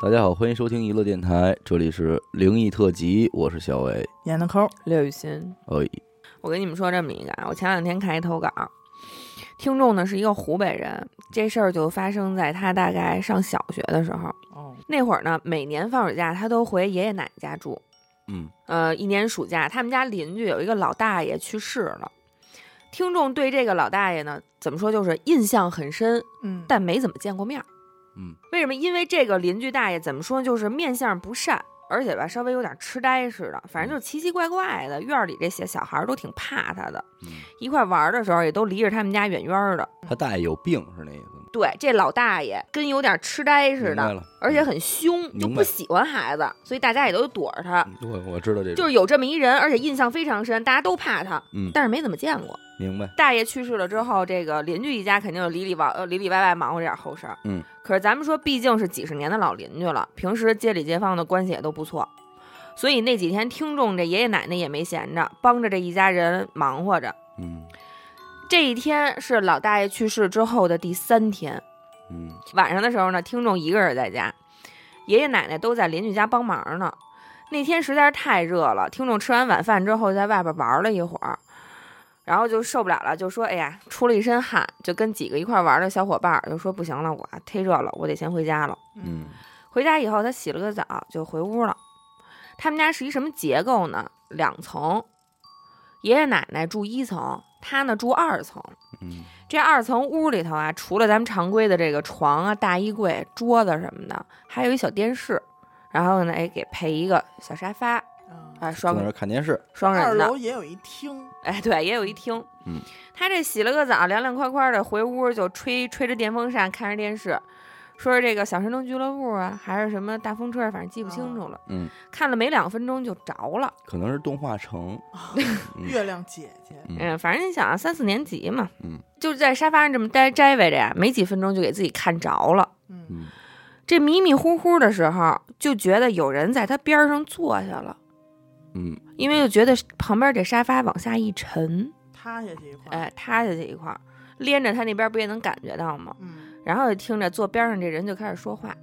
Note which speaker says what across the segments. Speaker 1: 大家好，欢迎收听娱乐电台，这里是灵异特辑，我是小伟。
Speaker 2: 演的抠儿，
Speaker 3: 刘雨欣，
Speaker 1: 呃，
Speaker 3: 我跟你们说这么一个啊，我前两天看一投稿，听众呢是一个湖北人，这事儿就发生在他大概上小学的时候。
Speaker 2: 哦，
Speaker 3: 那会儿呢，每年放暑假他都回爷爷奶奶家住。
Speaker 1: 嗯，
Speaker 3: 呃，一年暑假，他们家邻居有一个老大爷去世了，听众对这个老大爷呢，怎么说就是印象很深，
Speaker 2: 嗯，
Speaker 3: 但没怎么见过面儿。
Speaker 1: 嗯，
Speaker 3: 为什么？因为这个邻居大爷怎么说，就是面相不善，而且吧稍微有点痴呆似的，反正
Speaker 1: 嗯
Speaker 3: 就是奇奇怪怪的。院儿里这些小孩儿都挺怕他的，
Speaker 1: 嗯
Speaker 3: 一块玩儿的时候也都离着他们家远远儿的。
Speaker 1: 他大爷有病是那意思吗？
Speaker 3: 对，这老大爷跟有点痴呆似
Speaker 1: 明白
Speaker 3: 的，
Speaker 1: 了，嗯
Speaker 3: 而且很凶，
Speaker 1: 明白
Speaker 3: 就不喜欢孩子，所以大家也都躲着他。
Speaker 1: 嗯我我知道这种
Speaker 3: 就是有这么一人，而且印象非常深，大家都怕他，
Speaker 1: 嗯
Speaker 3: 但是没怎么见过。
Speaker 1: 明白，
Speaker 3: 大爷去世了之后，这个邻居一家肯定有里里往呃里里外外忙活点后事儿。
Speaker 1: 嗯，
Speaker 3: 可是咱们说，毕竟是几十年的老邻居了，平时街里街坊的关系也都不错，所以那几天听众这爷爷奶奶也没闲着，帮着这一家人忙活着。
Speaker 1: 嗯
Speaker 3: 这一天是老大爷去世之后的第三天
Speaker 1: 嗯
Speaker 3: 晚上的时候呢，听众一个人在家，爷爷奶奶都在邻居家帮忙呢。那天实在是太热了，听众吃完晚饭之后在外边玩了一会儿，然后就受不了了，就说：“哎呀，出了一身汗。”就跟几个一块玩的小伙伴儿就说：“不行了，我忒热了，我得先回家了。
Speaker 1: 嗯”
Speaker 3: 回家以后，他洗了个澡就回屋了。他们家是一什么结构呢？两层，爷爷奶奶住一层，他呢住二层。
Speaker 1: 嗯
Speaker 3: 这二层屋里头啊，除了咱们常规的这个床啊、大衣柜、桌子什么的，还有一小电视，然后呢，哎，给配一个小沙发
Speaker 2: 啊
Speaker 3: 啊，
Speaker 1: 坐
Speaker 3: 双
Speaker 1: 那儿看电视，
Speaker 3: 双
Speaker 2: 二
Speaker 3: 人的
Speaker 2: 楼，也有一厅，
Speaker 3: 哎，对，也有一厅。
Speaker 1: 嗯，
Speaker 3: 他这洗了个澡，凉凉快快的回屋就吹吹着电风扇，看着电视，说是这个小神龙俱乐部啊，还是什么大风车，反正记不清楚了。
Speaker 1: 嗯，
Speaker 3: 看了没两分钟就着了，
Speaker 1: 可能是动画城，嗯
Speaker 2: 月亮姐姐，
Speaker 1: 嗯
Speaker 3: 嗯，反正你想啊，三四年级嘛，
Speaker 1: 嗯，
Speaker 3: 就在沙发上这么呆摘歪着呀，没几分钟就给自己看着了。
Speaker 2: 嗯，
Speaker 1: 嗯
Speaker 3: 这迷迷糊糊的时候，就觉得有人在他边上坐下了，
Speaker 1: 嗯
Speaker 3: 因为就觉得旁边这沙发往下一沉，
Speaker 2: 塌下去一块，
Speaker 3: 哎，，塌下去一块儿，连着他那边不也能感觉到吗？
Speaker 2: 嗯，
Speaker 3: 然后就听着坐边上这人就开始说话，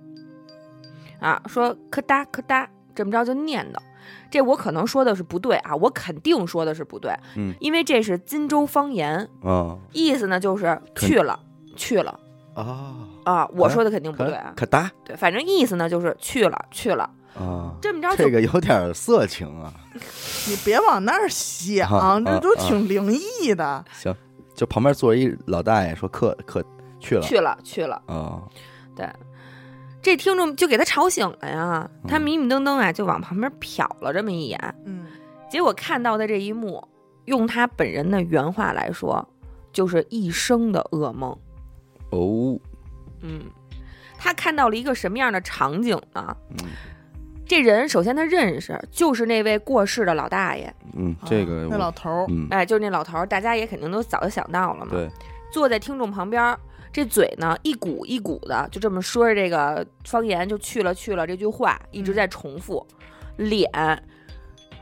Speaker 3: 啊，说咔哒咔哒，这么着就念叨。这我可能说的是不对啊，我肯定说的是不对，
Speaker 1: 嗯
Speaker 3: 因为这是荆州方言，
Speaker 1: 啊
Speaker 3: 意思呢就是
Speaker 1: 肯
Speaker 3: 去了去了
Speaker 1: 啊，
Speaker 3: 啊，我
Speaker 1: 哎
Speaker 3: 说的肯定不
Speaker 1: 可
Speaker 3: 对啊，
Speaker 1: 可哒
Speaker 3: 对，反正意思呢就是去了去了，
Speaker 1: 啊，
Speaker 3: 这么着就
Speaker 1: 这个有点色情啊，
Speaker 2: 你别往那儿
Speaker 1: 啊
Speaker 2: 想，这都挺灵异的，
Speaker 1: 行，就旁边坐着一老大爷说客客去了
Speaker 3: 去了去了，
Speaker 1: 啊，
Speaker 3: 对，这听众就给他吵醒了呀，他
Speaker 1: 嗯
Speaker 3: 迷迷瞪瞪啊，就往旁边瞟了这么一眼，
Speaker 2: 嗯，
Speaker 3: 结果看到的这一幕，用他本人的原话来说，就是一生的噩梦。
Speaker 1: 哦，
Speaker 3: 嗯，他看到了一个什么样的场景呢？
Speaker 1: 嗯
Speaker 3: 这人首先他认识，就是那位过世的老大爷，
Speaker 1: 嗯，这
Speaker 2: 啊
Speaker 1: 个
Speaker 2: 那
Speaker 1: 我
Speaker 2: 老头儿，
Speaker 1: 嗯
Speaker 3: 哎，就是那老头儿，大家也肯定都早就想到了嘛。
Speaker 1: 对，
Speaker 3: 坐在听众旁边儿，这嘴呢一鼓一鼓的，就这么说着这个方言，就去了去了这句话一直在重复，脸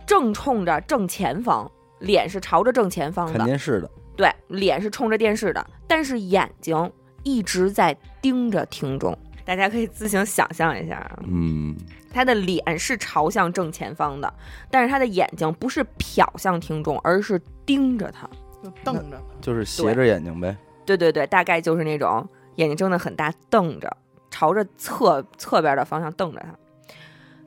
Speaker 3: 正冲着正前方，脸是朝着正前方
Speaker 1: 看
Speaker 3: 的，
Speaker 1: 电视的，
Speaker 3: 对，脸是冲着电视的，但是眼睛一直在盯着听众。大家可以自行想象一下啊，
Speaker 1: 嗯
Speaker 3: 他的脸是朝向正前方的，但是他的眼睛不是瞟向听众，而是盯着他。
Speaker 2: 就瞪着呢，
Speaker 1: 就是斜着眼睛呗，
Speaker 3: 对对对，大概就是那种眼睛睁得很大，瞪着，朝着侧侧边的方向瞪着他。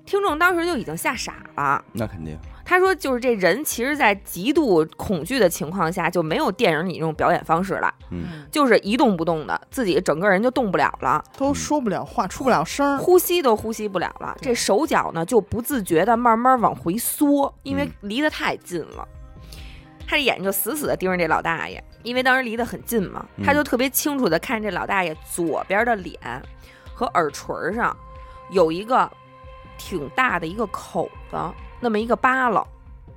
Speaker 3: 听众当时就已经吓傻了，
Speaker 1: 那肯定，
Speaker 3: 他说：“就是这人，其实，在极度恐惧的情况下，就没有电影里那种表演方式了，
Speaker 1: 嗯
Speaker 2: 嗯，
Speaker 3: 就是一动不动的，自己整个人就动不了了，
Speaker 1: 嗯
Speaker 2: 都说不了话，出不了声儿，
Speaker 3: 呼吸都呼吸不了了。这手脚呢，就不自觉的慢慢往回缩，因为
Speaker 1: 嗯
Speaker 3: 离得太近了。他这眼睛就死死的盯着这老大爷，因为当时离得很近嘛，
Speaker 1: 嗯
Speaker 3: 他就特别清楚的看这老大爷左边的脸和耳垂上有一个挺大的一个口子，那么一个疤瘌。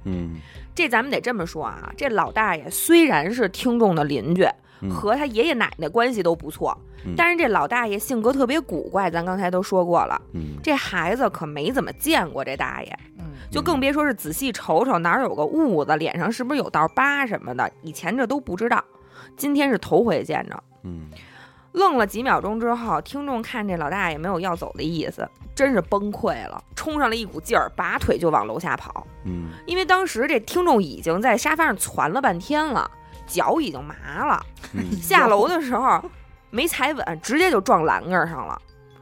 Speaker 1: 嗯，
Speaker 3: 这咱们得这么说啊，这老大爷虽然是听众的邻居，
Speaker 1: 嗯
Speaker 3: 和他爷爷奶奶关系都不错，
Speaker 1: 嗯
Speaker 3: 但是这老大爷性格特别古怪，咱刚才都说过了。
Speaker 1: 嗯
Speaker 3: 这孩子可没怎么见过这大爷，
Speaker 2: 嗯，
Speaker 3: 就更别说是仔细瞅瞅哪儿有个痦子，脸上是不是有道疤什么的，以前这都不知道，今天是头回见着。
Speaker 1: 嗯
Speaker 3: 愣了几秒钟之后，听众看这老大爷没有要走的意思，真是崩溃了，冲上了一股劲儿，拔腿就往楼下跑。
Speaker 1: 嗯，
Speaker 3: 因为当时这听众已经在沙发上攒了半天了，脚已经麻了，
Speaker 1: 嗯
Speaker 3: 下楼的时候没踩稳，直接就撞栏杆上了。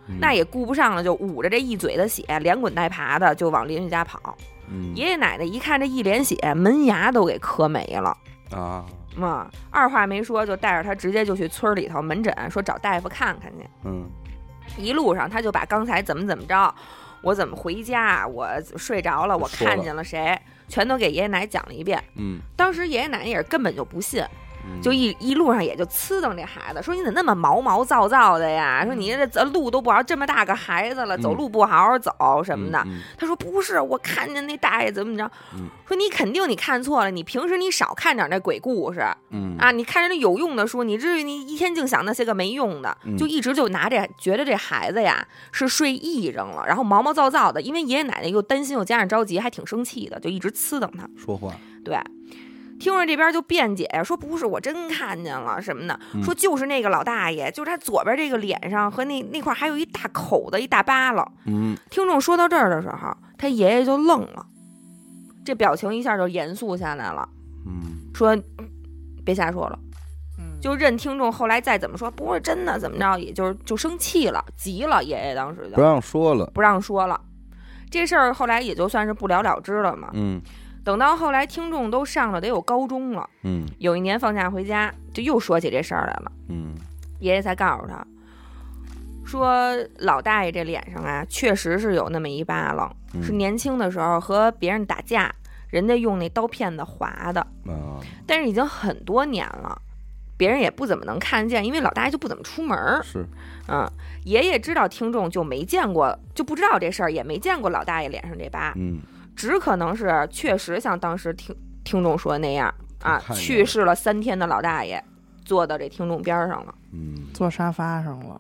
Speaker 1: 嗯
Speaker 3: 那也顾不上了，就捂着这一嘴的血，连滚带爬的就往邻居家跑。
Speaker 1: 嗯
Speaker 3: 爷爷奶奶一看这一脸血，门牙都给磕没了。
Speaker 1: 啊，
Speaker 3: 嘛，二话没说就带着他直接就去村儿里头门诊，说找大夫看看去。
Speaker 1: 嗯
Speaker 3: 一路上他就把刚才怎么怎么着，我怎么回家，我睡着了，我
Speaker 1: 说了
Speaker 3: 看见了谁，全都给爷爷奶奶讲了一遍。
Speaker 1: 嗯，
Speaker 3: 当时爷爷奶奶也是根本就不信，
Speaker 1: 嗯
Speaker 3: 就一一路上也就呲瞪这孩子，说你怎么那么毛毛躁躁的呀？说你这走路都不好，这么大个孩子了，
Speaker 1: 嗯
Speaker 3: 走路不好好走什么的。
Speaker 1: 嗯
Speaker 3: 他说不是，我看见那大爷怎么着
Speaker 1: 嗯，
Speaker 3: 说你肯定你看错了，你平时你少看点那鬼故事
Speaker 1: 嗯
Speaker 3: 啊，你看着那有用的书，你至于你一天净想那些个没用的
Speaker 1: 嗯，
Speaker 3: 就一直就拿这觉得这孩子呀是睡癔症了，然后毛毛躁躁的，因为爷爷奶奶又担心又加上着急，还挺生气的，就一直呲瞪他。
Speaker 1: 嗯说话，
Speaker 3: 对，听着这边就辩解说不是我真看见了什么的，
Speaker 1: 嗯
Speaker 3: 说就是那个老大爷，就是他左边这个脸上和那那块还有一大口子一大疤瘌。
Speaker 1: 嗯
Speaker 3: 听众说到这儿的时候，他爷爷就愣了，这表情一下就严肃下来了，
Speaker 1: 嗯
Speaker 3: 说别瞎说了，
Speaker 2: 嗯
Speaker 3: 就任听众后来再怎么说不是真的怎么着，也就是就生气了，急了，爷爷当时
Speaker 1: 不
Speaker 3: 就
Speaker 1: 让说了，
Speaker 3: 不让说了。这事儿后来也就算是不了了之了嘛。
Speaker 1: 嗯
Speaker 3: 等到后来听众都上了得有高中了，
Speaker 1: 嗯
Speaker 3: 有一年放假回家，就又说起这事儿来了。
Speaker 1: 嗯
Speaker 3: 爷爷才告诉他，说老大爷这脸上啊，确实是有那么一疤瘌，
Speaker 1: 嗯
Speaker 3: 是年轻的时候和别人打架，人家用那刀片子划的，
Speaker 1: 啊，
Speaker 3: 但是已经很多年了。别人也不怎么能看见，因为老大爷就不怎么出门儿。
Speaker 1: 是，
Speaker 3: 嗯，爷爷知道听众就没见过，就不知道这事儿，也没见过老大爷脸上这疤，
Speaker 1: 嗯
Speaker 3: 只可能是确实像当时听听众说的那样啊
Speaker 1: 看见，了
Speaker 3: 去世了三天的老大爷坐到这听众边儿上了。
Speaker 1: 嗯
Speaker 2: 坐沙发上了，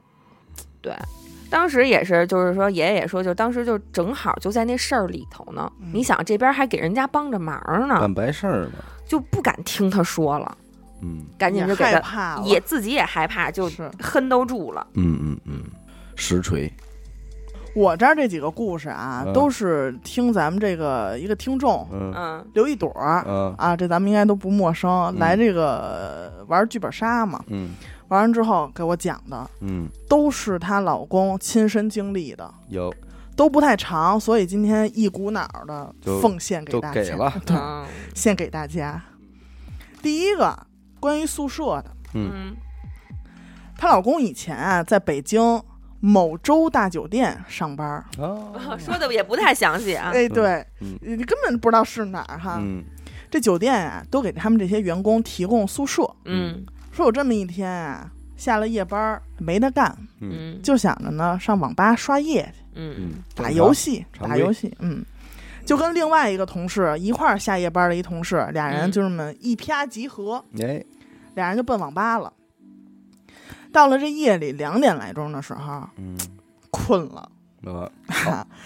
Speaker 3: 当时也是，就是说爷爷也说，就当时就正好就在那事儿里头呢。
Speaker 2: 嗯
Speaker 3: 你想这边还给人家帮着忙呢，
Speaker 1: 干白事儿呢，
Speaker 3: 就不敢听他说了，
Speaker 1: 嗯
Speaker 3: 赶紧
Speaker 2: 也
Speaker 3: 就给
Speaker 2: 害
Speaker 3: 他
Speaker 2: 怕了，
Speaker 3: 也自己也害怕，就是哼兜住了。
Speaker 1: 嗯嗯嗯，实锤，
Speaker 2: 我这儿这几个故事啊，
Speaker 1: 嗯
Speaker 2: 都是听咱们这个一个听众
Speaker 1: 嗯
Speaker 3: 嗯
Speaker 2: 刘一朵儿
Speaker 1: 啊
Speaker 2: 啊，这咱们应该都不陌生，来这个玩剧本杀嘛，
Speaker 1: 嗯
Speaker 2: 玩完之后给我讲的
Speaker 1: 嗯
Speaker 2: 都是她老公亲身经历的，
Speaker 1: 有
Speaker 2: 都不太长，所以今天一股脑儿的
Speaker 1: 就
Speaker 2: 奉献给
Speaker 1: 就
Speaker 2: 大家，
Speaker 1: 给了，
Speaker 2: 对，
Speaker 3: 嗯
Speaker 2: 献给大家。第一个关于宿舍的，
Speaker 1: 嗯
Speaker 3: 嗯
Speaker 2: 她老公以前啊在北京某州大酒店上班儿，
Speaker 1: 啊，
Speaker 3: 呃说的也不太详细啊。
Speaker 2: 哎，对，
Speaker 1: 嗯
Speaker 2: 你根本不知道是哪儿哈。
Speaker 1: 嗯
Speaker 2: 这酒店啊，都给他们这些员工提供宿舍。
Speaker 3: 嗯
Speaker 2: 说有这么一天啊，下了夜班儿没得干，
Speaker 1: 嗯
Speaker 3: 嗯
Speaker 2: 就想着呢上网吧刷夜去，
Speaker 3: 嗯
Speaker 1: 嗯，
Speaker 2: 打游戏，
Speaker 1: 常规
Speaker 2: 打游戏，嗯。就跟另外一个同事一块儿下夜班的一同事，俩人
Speaker 3: 嗯
Speaker 2: 就这么一啪集合，
Speaker 1: 哎，
Speaker 2: 俩人就奔网吧了。到了这夜里两点来钟的时候，
Speaker 1: 嗯，
Speaker 2: 困了，
Speaker 1: 我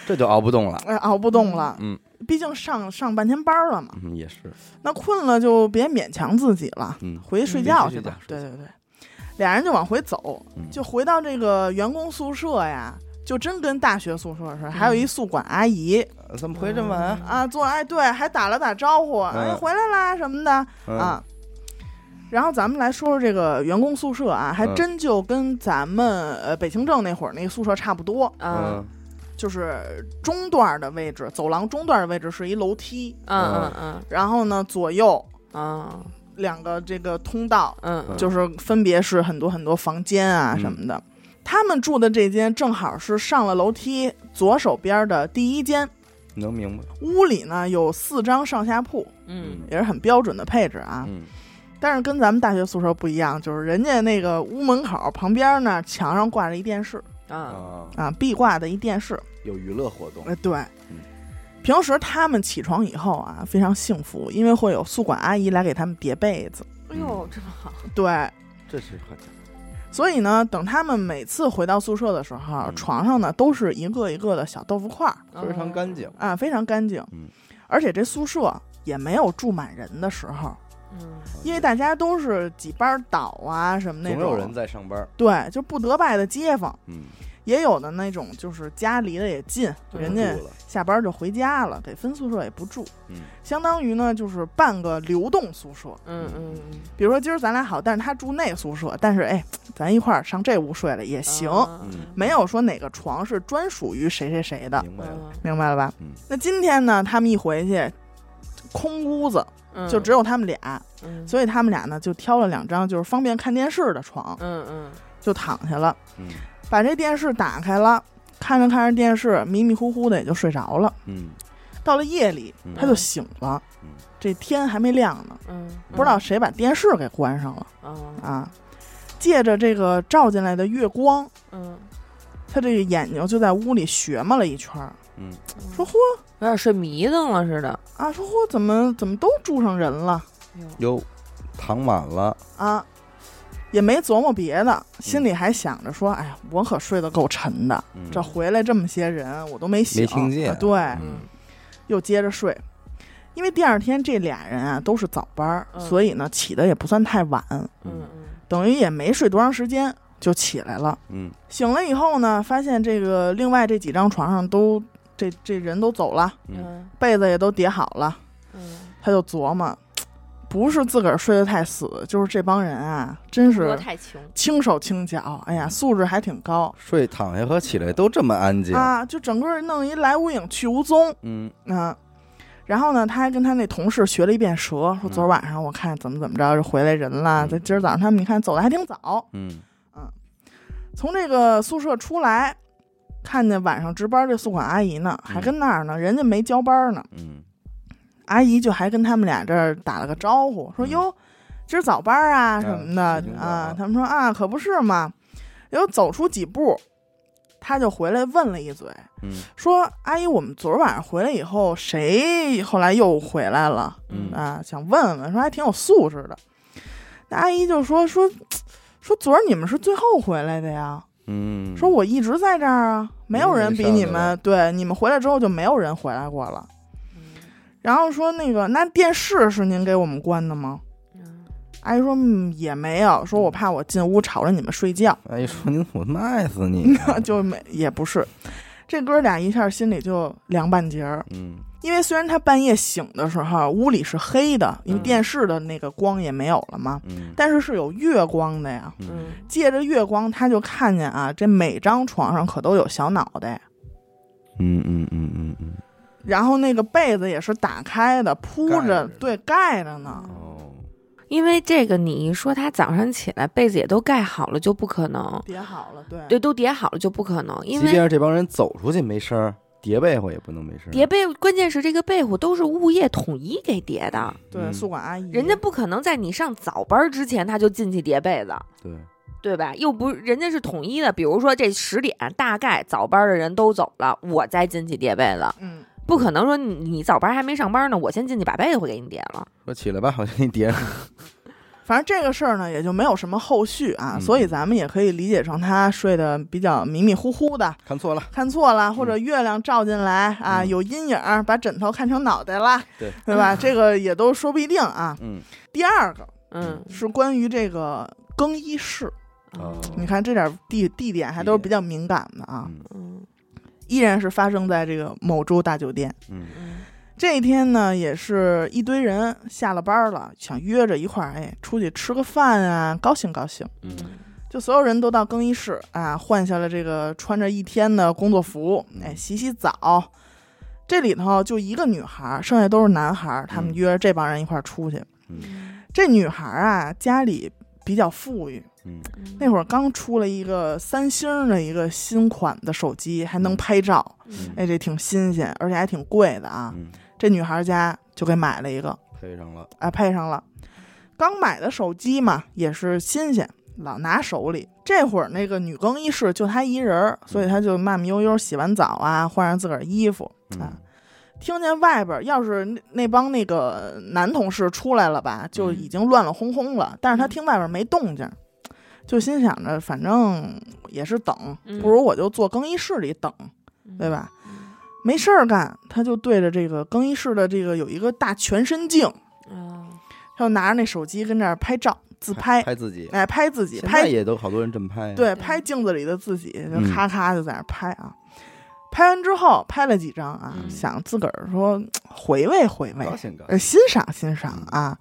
Speaker 1: 这就熬不动了，
Speaker 2: 哎熬不动了，
Speaker 1: 嗯，
Speaker 2: 毕竟上上半天班儿了嘛，
Speaker 1: 嗯也是，
Speaker 2: 那困了就别勉强自己了，
Speaker 1: 嗯
Speaker 2: 回去睡觉
Speaker 1: 嗯
Speaker 2: 去吧。
Speaker 1: 回去睡觉
Speaker 2: 对对对，俩人就往回走，
Speaker 1: 嗯
Speaker 2: 就回到这个员工宿舍呀，就真跟大学宿舍似的，
Speaker 1: 嗯
Speaker 2: 还有一宿管阿姨、
Speaker 1: 呃怎么回这么晚啊？
Speaker 2: 啊，做哎对，还打了打招呼，哎
Speaker 1: 嗯
Speaker 2: 回来啦什么的、
Speaker 1: 嗯
Speaker 2: 啊。然后咱们来说说这个员工宿舍啊，还
Speaker 1: 嗯
Speaker 2: 真就跟咱们呃北清政那会儿那个宿舍差不多，
Speaker 3: 嗯
Speaker 2: 就是中段儿的位置，走廊中段儿的位置是一楼梯，
Speaker 3: 嗯嗯
Speaker 2: 然后呢左右
Speaker 3: 嗯
Speaker 2: 两个这个通道，
Speaker 3: 嗯
Speaker 2: 就是分别是很多很多房间啊
Speaker 1: 嗯
Speaker 2: 什么的。他们住的这间正好是上了楼梯左手边的第一间，
Speaker 1: 能明白，
Speaker 2: 屋里呢有四张上下铺，
Speaker 3: 嗯
Speaker 2: 也是很标准的配置啊。
Speaker 1: 嗯
Speaker 2: 但是跟咱们大学宿舍不一样，就是人家那个屋门口旁边呢墙上挂着一电视
Speaker 3: 嗯
Speaker 1: 啊，
Speaker 2: 啊，壁挂的一电视。
Speaker 1: 有娱乐活动，
Speaker 2: 哎，对
Speaker 1: 嗯。
Speaker 2: 平时他们起床以后啊，非常幸福，因为会有宿管阿姨来给他们叠被子。
Speaker 3: 哎呦，这么好。
Speaker 2: 对，
Speaker 1: 这是好家伙，
Speaker 2: 所以呢，等他们每次回到宿舍的时候，
Speaker 1: 嗯
Speaker 2: 床上呢都是一个一个的小豆腐块儿啊
Speaker 1: 非常干净，啊
Speaker 2: 啊，非常干净。
Speaker 1: 嗯
Speaker 2: 而且这宿舍也没有住满人的时候，
Speaker 3: 嗯
Speaker 2: 因为大家都是几班倒啊什么那
Speaker 1: 总
Speaker 2: 种，
Speaker 1: 有人在上班，
Speaker 2: 对，就不得拜的街坊，
Speaker 1: 嗯，
Speaker 2: 也有的那种就是家离得也近，
Speaker 1: 就
Speaker 2: 人
Speaker 1: 不
Speaker 2: 家
Speaker 1: 住了，
Speaker 2: 下班就回家了，给分宿舍也不住，
Speaker 1: 嗯
Speaker 2: 相当于呢就是半个流动宿舍。
Speaker 3: 嗯嗯嗯，
Speaker 2: 比如说今儿咱俩好，但是他住那宿舍，但是哎，咱一块儿上这屋睡了也
Speaker 3: 啊
Speaker 2: 行，
Speaker 1: 嗯
Speaker 2: 没有说哪个床是专属于谁谁谁的，
Speaker 1: 明白了，
Speaker 3: 嗯
Speaker 2: 明白了吧？
Speaker 1: 嗯
Speaker 2: 那今天呢，他们一回去，空屋子
Speaker 3: 嗯，
Speaker 2: 就只有他们俩，
Speaker 3: 嗯
Speaker 2: 所以他们俩呢就挑了两张就是方便看电视的床，
Speaker 3: 嗯嗯
Speaker 2: 就躺下了，
Speaker 1: 嗯
Speaker 2: 把这电视打开了，看着看着电视，迷迷糊糊的也就睡着了。
Speaker 1: 嗯
Speaker 2: 到了夜里，
Speaker 1: 嗯
Speaker 2: 他就醒了，
Speaker 1: 嗯
Speaker 2: 这天还没亮呢，
Speaker 3: 嗯，
Speaker 2: 不知道谁把电视给关上了
Speaker 3: 嗯
Speaker 2: 啊！借着这个照进来的月光，
Speaker 3: 嗯，
Speaker 2: 他这个眼睛就在屋里学嘛了一圈儿，
Speaker 1: 嗯，
Speaker 2: 说嚯
Speaker 3: 有点睡迷瞪了似的。
Speaker 2: 啊，说嚯，怎么怎么都住上人了
Speaker 1: 哟，躺满了，
Speaker 2: 啊？也没琢磨别的，心里还想着说，哎呀，我可睡得够沉的，
Speaker 1: 嗯
Speaker 2: 这回来这么些人，我都没醒，
Speaker 1: 没听见
Speaker 2: 啊对，
Speaker 3: 嗯
Speaker 2: 又接着睡。因为第二天这俩人啊都是早班儿，
Speaker 3: 嗯
Speaker 2: 所以呢起的也不算太晚，
Speaker 3: 嗯嗯
Speaker 2: 等于也没睡多长时间就起来了。
Speaker 1: 嗯
Speaker 2: 醒了以后呢，发现这个另外这几张床上都这这人都走了，
Speaker 1: 嗯
Speaker 3: 嗯
Speaker 2: 被子也都叠好了，
Speaker 3: 嗯，
Speaker 2: 他就琢磨，不是自个儿睡得太死，就是这帮人啊，真
Speaker 3: 活
Speaker 2: 是
Speaker 3: 太穷。
Speaker 2: 轻手轻脚，哎呀，素质还挺高
Speaker 1: 睡躺下和起来都这么安静，
Speaker 2: 啊，就整个弄一来无影去无踪
Speaker 1: 嗯
Speaker 2: 啊。然后呢，他还跟他那同事学了一遍舌，说
Speaker 1: 嗯
Speaker 2: 昨儿晚上我看怎么怎么着就回来人了，
Speaker 1: 嗯
Speaker 2: 这今儿早上他们你看走的还挺早，
Speaker 1: 嗯
Speaker 2: 从这个宿舍出来，看见晚上值班这宿管阿姨呢，还跟那儿呢，人家没交班呢，
Speaker 1: 嗯
Speaker 2: 阿姨就还跟他们俩这儿打了个招呼，说
Speaker 1: 嗯
Speaker 2: 哟，今儿早班啊
Speaker 1: 嗯
Speaker 2: 什么的
Speaker 1: 已经早
Speaker 2: 啊
Speaker 1: 了，
Speaker 2: 他们说啊，可不是嘛，又走出几步。他就回来问了一嘴，
Speaker 1: 嗯
Speaker 2: 说：“阿姨，我们昨儿晚上回来以后，谁后来又回来了
Speaker 1: 嗯
Speaker 2: 啊？想问问，说还挺有素质的。”那阿姨就说：“说说昨儿你们是最后回来的呀？”
Speaker 1: 嗯，
Speaker 2: 说我一直在这儿啊，没有人比
Speaker 1: 没
Speaker 2: 你
Speaker 1: 人上来
Speaker 2: 们对你们回来之后就没有人回来过了。然后说那个那电视是您给我们关的吗？
Speaker 3: 嗯
Speaker 2: 阿姨说嗯也没有，说我怕我进屋吵着你们睡觉，，
Speaker 1: 阿姨哎说您我卖死你
Speaker 2: 就没也不是。这哥俩一下心里就凉半截儿，
Speaker 1: 嗯
Speaker 2: 因为虽然他半夜醒的时候啊屋里是黑的，因为
Speaker 3: 嗯
Speaker 2: 电视的那个光也没有了嘛，
Speaker 1: 嗯
Speaker 2: 但是是有月光的呀。
Speaker 1: 嗯
Speaker 3: 嗯
Speaker 2: 借着月光，他就看见啊，这每张床上可都有小脑袋。
Speaker 1: 嗯嗯嗯嗯嗯，
Speaker 2: 然后那个被子也是打开的，铺
Speaker 1: 盖
Speaker 2: 着，
Speaker 1: 着
Speaker 2: 对，盖着呢。
Speaker 1: 哦，
Speaker 3: 因为这个，你一说他早上起来被子也都盖好了，就不可能，
Speaker 2: 叠好了，对
Speaker 3: 对，都叠好了就不可能，因
Speaker 1: 即
Speaker 3: 为
Speaker 1: 便是这帮人走出去没声儿，叠被窝也不能没声儿，
Speaker 3: 叠被，关键是这个被褥都是物业统一给叠的，
Speaker 2: 对，
Speaker 1: 嗯
Speaker 2: 宿管阿姨，
Speaker 3: 人家不可能在你上早班之前他就进去叠被子，
Speaker 1: 对，
Speaker 3: 对吧？又不，人家是统一的，比如说这十点大概早班的人都走了，我再进去叠被子，
Speaker 2: 嗯，
Speaker 3: 不可能说你你早班还没上班呢，我先进去把被子给你叠了。
Speaker 1: 说起来吧，好像你 叠上，
Speaker 2: 反正这个事儿呢，也就没有什么后续啊，
Speaker 1: 嗯
Speaker 2: 所以咱们也可以理解成他睡得比较迷迷糊糊的，
Speaker 1: 看错了，
Speaker 2: 看错了，或者月亮照进来啊，
Speaker 1: 嗯
Speaker 2: 有阴影儿，把枕头看成脑袋了，
Speaker 1: 对，
Speaker 2: 对吧？这个也都说不一定啊。
Speaker 1: 嗯，
Speaker 2: 第二个
Speaker 3: 嗯，
Speaker 2: 是关于这个更衣室，
Speaker 1: 哦
Speaker 2: 你看这点儿地地点还都是比较敏感的啊，
Speaker 1: 嗯
Speaker 3: 嗯
Speaker 2: 依然是发生在这个某州大酒店。
Speaker 1: 嗯
Speaker 3: 嗯
Speaker 2: 这一天呢，也是一堆人下了班了，想约着一块儿，哎，出去吃个饭啊，高兴高兴。
Speaker 1: 嗯
Speaker 2: 就所有人都到更衣室啊，换下了这个穿着一天的工作服，
Speaker 1: 嗯
Speaker 2: 哎，洗洗澡。这里头就一个女孩，剩下都是男孩，他们
Speaker 1: 嗯
Speaker 2: 约着这帮人一块儿出去。
Speaker 3: 嗯
Speaker 2: 这女孩啊，家里比较富裕，
Speaker 1: 嗯
Speaker 2: 那会儿刚出了一个三星儿的一个新款的手机，还能拍照，
Speaker 1: 嗯
Speaker 2: 哎，这挺新鲜，而且还挺贵的啊。
Speaker 1: 嗯，
Speaker 2: 这女孩家就给买了一个，
Speaker 1: 配上了，
Speaker 2: 哎，配上了。刚买的手机嘛，也是新鲜，老拿手里。这会儿那个女更衣室就她一人儿，所以她就慢慢悠悠洗完澡啊，换上自个儿衣服。啊
Speaker 1: 嗯
Speaker 2: 听见外边儿要是那那帮那个男同事出来了吧，就
Speaker 1: 嗯
Speaker 2: 已经乱了哄哄了。但是她
Speaker 3: 嗯
Speaker 2: 听外边儿没动静，就心想着反正也是等，
Speaker 3: 嗯
Speaker 2: 不如我就坐更衣室里等，对？吧？没事儿干，她就对着这个更衣室的这个有一个大全身镜，
Speaker 3: 啊，
Speaker 2: 他就拿着那手机跟这儿拍照自拍，
Speaker 1: 拍自己，
Speaker 2: 哎，拍自己，
Speaker 1: 现在
Speaker 2: 拍
Speaker 1: 也都好多人这么拍，，
Speaker 2: 对，
Speaker 3: 对
Speaker 2: 拍镜子里的自己，
Speaker 1: 嗯
Speaker 2: 就咔咔就在那儿拍啊。拍完之后拍了几张啊，
Speaker 3: 嗯
Speaker 2: 想自个儿说回味回味
Speaker 1: 高，兴嗯高兴
Speaker 2: 呃，欣赏欣赏啊。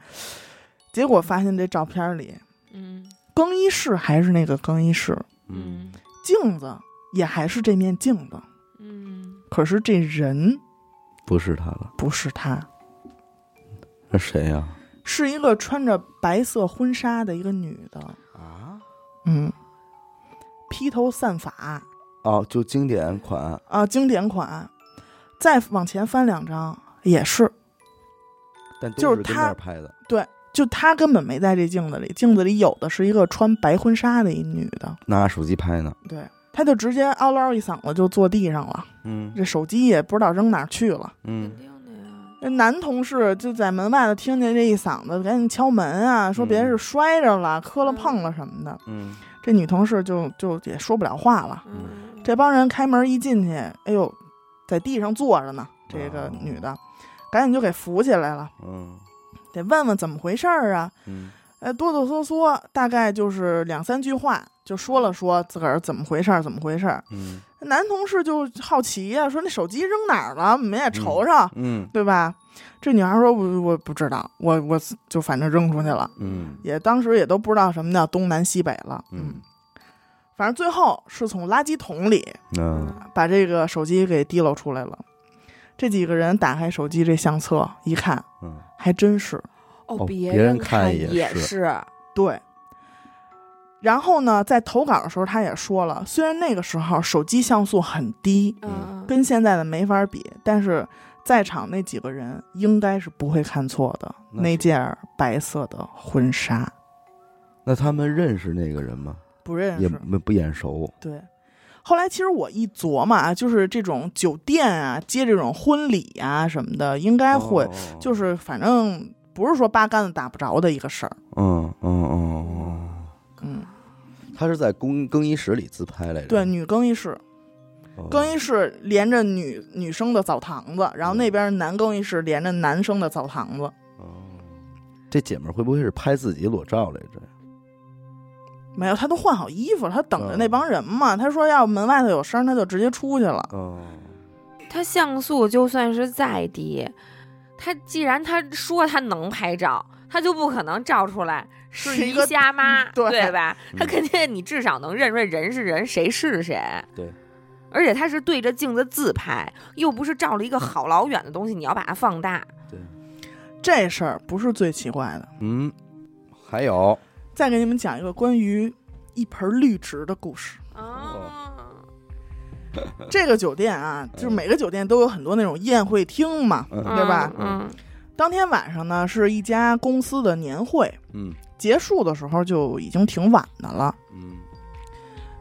Speaker 2: 结果发现这照片里
Speaker 3: 嗯
Speaker 2: 更衣室还是那个更衣室，
Speaker 1: 嗯，
Speaker 3: 嗯
Speaker 2: 镜子也还是这面镜子，
Speaker 3: 嗯，
Speaker 2: 可是这人
Speaker 1: 不是他了，
Speaker 2: 不是他，
Speaker 1: 那谁呀？
Speaker 2: 是一个穿着白色婚纱的一个女的，
Speaker 1: 啊，
Speaker 2: 嗯，披头散发
Speaker 1: 哦，就经典款，
Speaker 2: 啊，经典款。再往前翻两张，也是
Speaker 1: 但都
Speaker 2: 就是
Speaker 1: 跟
Speaker 2: 他
Speaker 1: 那儿拍的，
Speaker 2: 就她根本没在这镜子里，镜子里有的是一个穿白婚纱的一女的，
Speaker 1: 拿手机拍呢，
Speaker 2: 对，她就直接嗷唠一嗓子就坐地上了，
Speaker 1: 嗯
Speaker 2: 这手机也不知道扔哪儿去了。
Speaker 3: 肯
Speaker 1: 嗯，
Speaker 3: 定的呀。
Speaker 2: 那男同事就在门外头听见这一嗓子，赶紧敲门啊，说别人是摔着了、磕了碰了什么的。
Speaker 1: 嗯，
Speaker 2: 这女同事就就也说不了话了。
Speaker 3: 嗯，
Speaker 2: 这帮人开门一进去，哎呦，在地上坐着呢，这个
Speaker 1: 哦
Speaker 2: 女的，赶紧就给扶起来了，
Speaker 1: 嗯
Speaker 2: 得问问怎么回事儿啊。
Speaker 1: 嗯
Speaker 2: 呃，哆哆嗦嗦，大概就是两三句话，就说了说自个儿怎么回事儿，怎么回事儿。
Speaker 1: 嗯
Speaker 2: 男同事就好奇呀、说那手机扔哪儿了？我们也瞅瞅，
Speaker 1: 嗯
Speaker 2: 对吧？这女孩说：“我我不知道，我我就反正扔出去了，
Speaker 1: 嗯
Speaker 2: 也当时也都不知道什么叫东南西北了。
Speaker 1: 嗯，
Speaker 2: 反正最后是从垃圾桶里
Speaker 1: 那
Speaker 2: 把这个手机给提溜出来了。这几个人打开手机这相册一看，
Speaker 1: 嗯，
Speaker 2: 还真是
Speaker 3: 哦
Speaker 1: 哦
Speaker 3: 别
Speaker 1: 别人看
Speaker 3: 看
Speaker 1: 也是
Speaker 3: 是，
Speaker 2: 对。然后呢，在投稿的时候他也说了，虽然那个时候手机像素很低，
Speaker 3: 嗯，
Speaker 2: 跟现在的没法比，但是在场那几个人应该是不会看错的。
Speaker 1: 那
Speaker 2: 那
Speaker 1: 是
Speaker 2: 件白色的婚纱
Speaker 1: 那他们认识那个人吗？
Speaker 2: 不认
Speaker 1: 也
Speaker 2: 识，
Speaker 1: 不不眼熟，
Speaker 2: 对。后来其实我一琢磨啊，就是这种酒店啊，接这种婚礼啊什么的，应该会，
Speaker 1: 哦
Speaker 2: 就是反正不是说八竿子打不着的一个事儿。
Speaker 1: 嗯嗯嗯嗯，
Speaker 2: 嗯，
Speaker 1: 他是在更更衣室里自拍来着，
Speaker 2: 对，女更衣室，
Speaker 1: 哦，
Speaker 2: 更衣室连着女女生的澡堂子，然后那边男更衣室连着男生的澡堂子，
Speaker 1: 哦，这姐们儿会不会是拍自己裸照来着？
Speaker 2: 没有，他都换好衣服了，他等着那帮人嘛。他说要门外头有声，他就直接出去了。
Speaker 1: 哦，
Speaker 3: 他像素就算是再低，他既然他说他能拍照，他就不可能照出来
Speaker 2: 是
Speaker 3: 是
Speaker 2: 一
Speaker 3: 一
Speaker 2: 个嗯
Speaker 3: 瞎妈，
Speaker 2: 对嗯
Speaker 3: 吧？他肯定你至少能认出来人是人，谁是谁。
Speaker 1: 对，
Speaker 3: 而且他是对着镜子自拍，又不是
Speaker 2: 嗯
Speaker 3: 照了一个好老远的东西，你要把它放大。
Speaker 1: 对，
Speaker 2: 这事儿不是最奇怪的，
Speaker 1: 嗯，还有，
Speaker 2: 再给你们讲一个关于一盆绿植的故事。
Speaker 3: 哦，
Speaker 2: 这个酒店啊，
Speaker 1: 嗯
Speaker 2: 就是每个酒店都有很多那种宴会厅嘛。
Speaker 1: 嗯
Speaker 2: 哦对吧
Speaker 3: 嗯，
Speaker 2: 当天晚上呢，是一家公司的年会，
Speaker 1: 嗯
Speaker 2: 结束的时候就已经挺晚的了。
Speaker 1: 嗯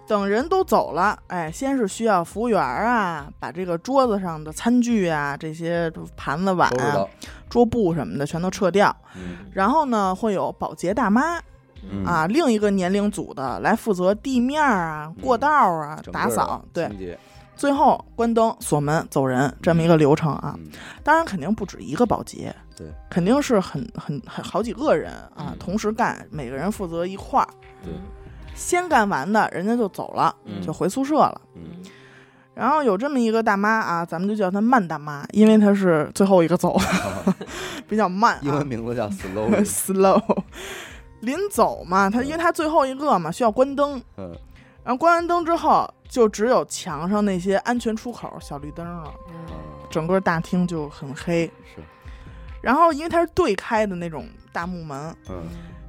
Speaker 2: 等人都走了，哎，先是需要服务员啊，把这个桌子上的餐具啊、这些盘子碗
Speaker 1: 都知
Speaker 2: 啊
Speaker 1: 道，、
Speaker 2: 桌布什么的全都撤掉。
Speaker 1: 嗯
Speaker 2: 然后呢，会有保洁大妈
Speaker 1: 嗯
Speaker 2: 啊，另一个年龄组的来负责地面啊、
Speaker 1: 嗯
Speaker 2: 过道啊、
Speaker 1: 整个
Speaker 2: 打扫
Speaker 1: 的，嗯
Speaker 2: 对，
Speaker 1: 清洁
Speaker 2: 最后关灯、锁门、走人这么一个流程啊。
Speaker 1: 嗯
Speaker 2: 当然，肯定不止一个保洁，
Speaker 1: 对，
Speaker 2: 肯定是很很很好几个人啊，
Speaker 3: 嗯
Speaker 2: 同时干，每个人负责一块儿。
Speaker 1: 对
Speaker 2: 先干完的，人家就走了，
Speaker 1: 嗯
Speaker 2: 就回宿舍了。
Speaker 1: 嗯
Speaker 2: 然后有这么一个大妈啊，咱们就叫她慢大妈，因为她是最后一个走，
Speaker 1: 啊
Speaker 2: 比较慢、啊。
Speaker 1: 英文名字叫 slow，
Speaker 2: slow。临走嘛，他因为他最后一个嘛，需要关灯，
Speaker 1: 嗯
Speaker 2: 然后关完灯之后，就只有墙上那些安全出口小绿灯了，
Speaker 1: 啊
Speaker 2: 整个大厅就很黑。
Speaker 1: 是，
Speaker 2: 然后因为它是对开的那种大木门，
Speaker 1: 嗯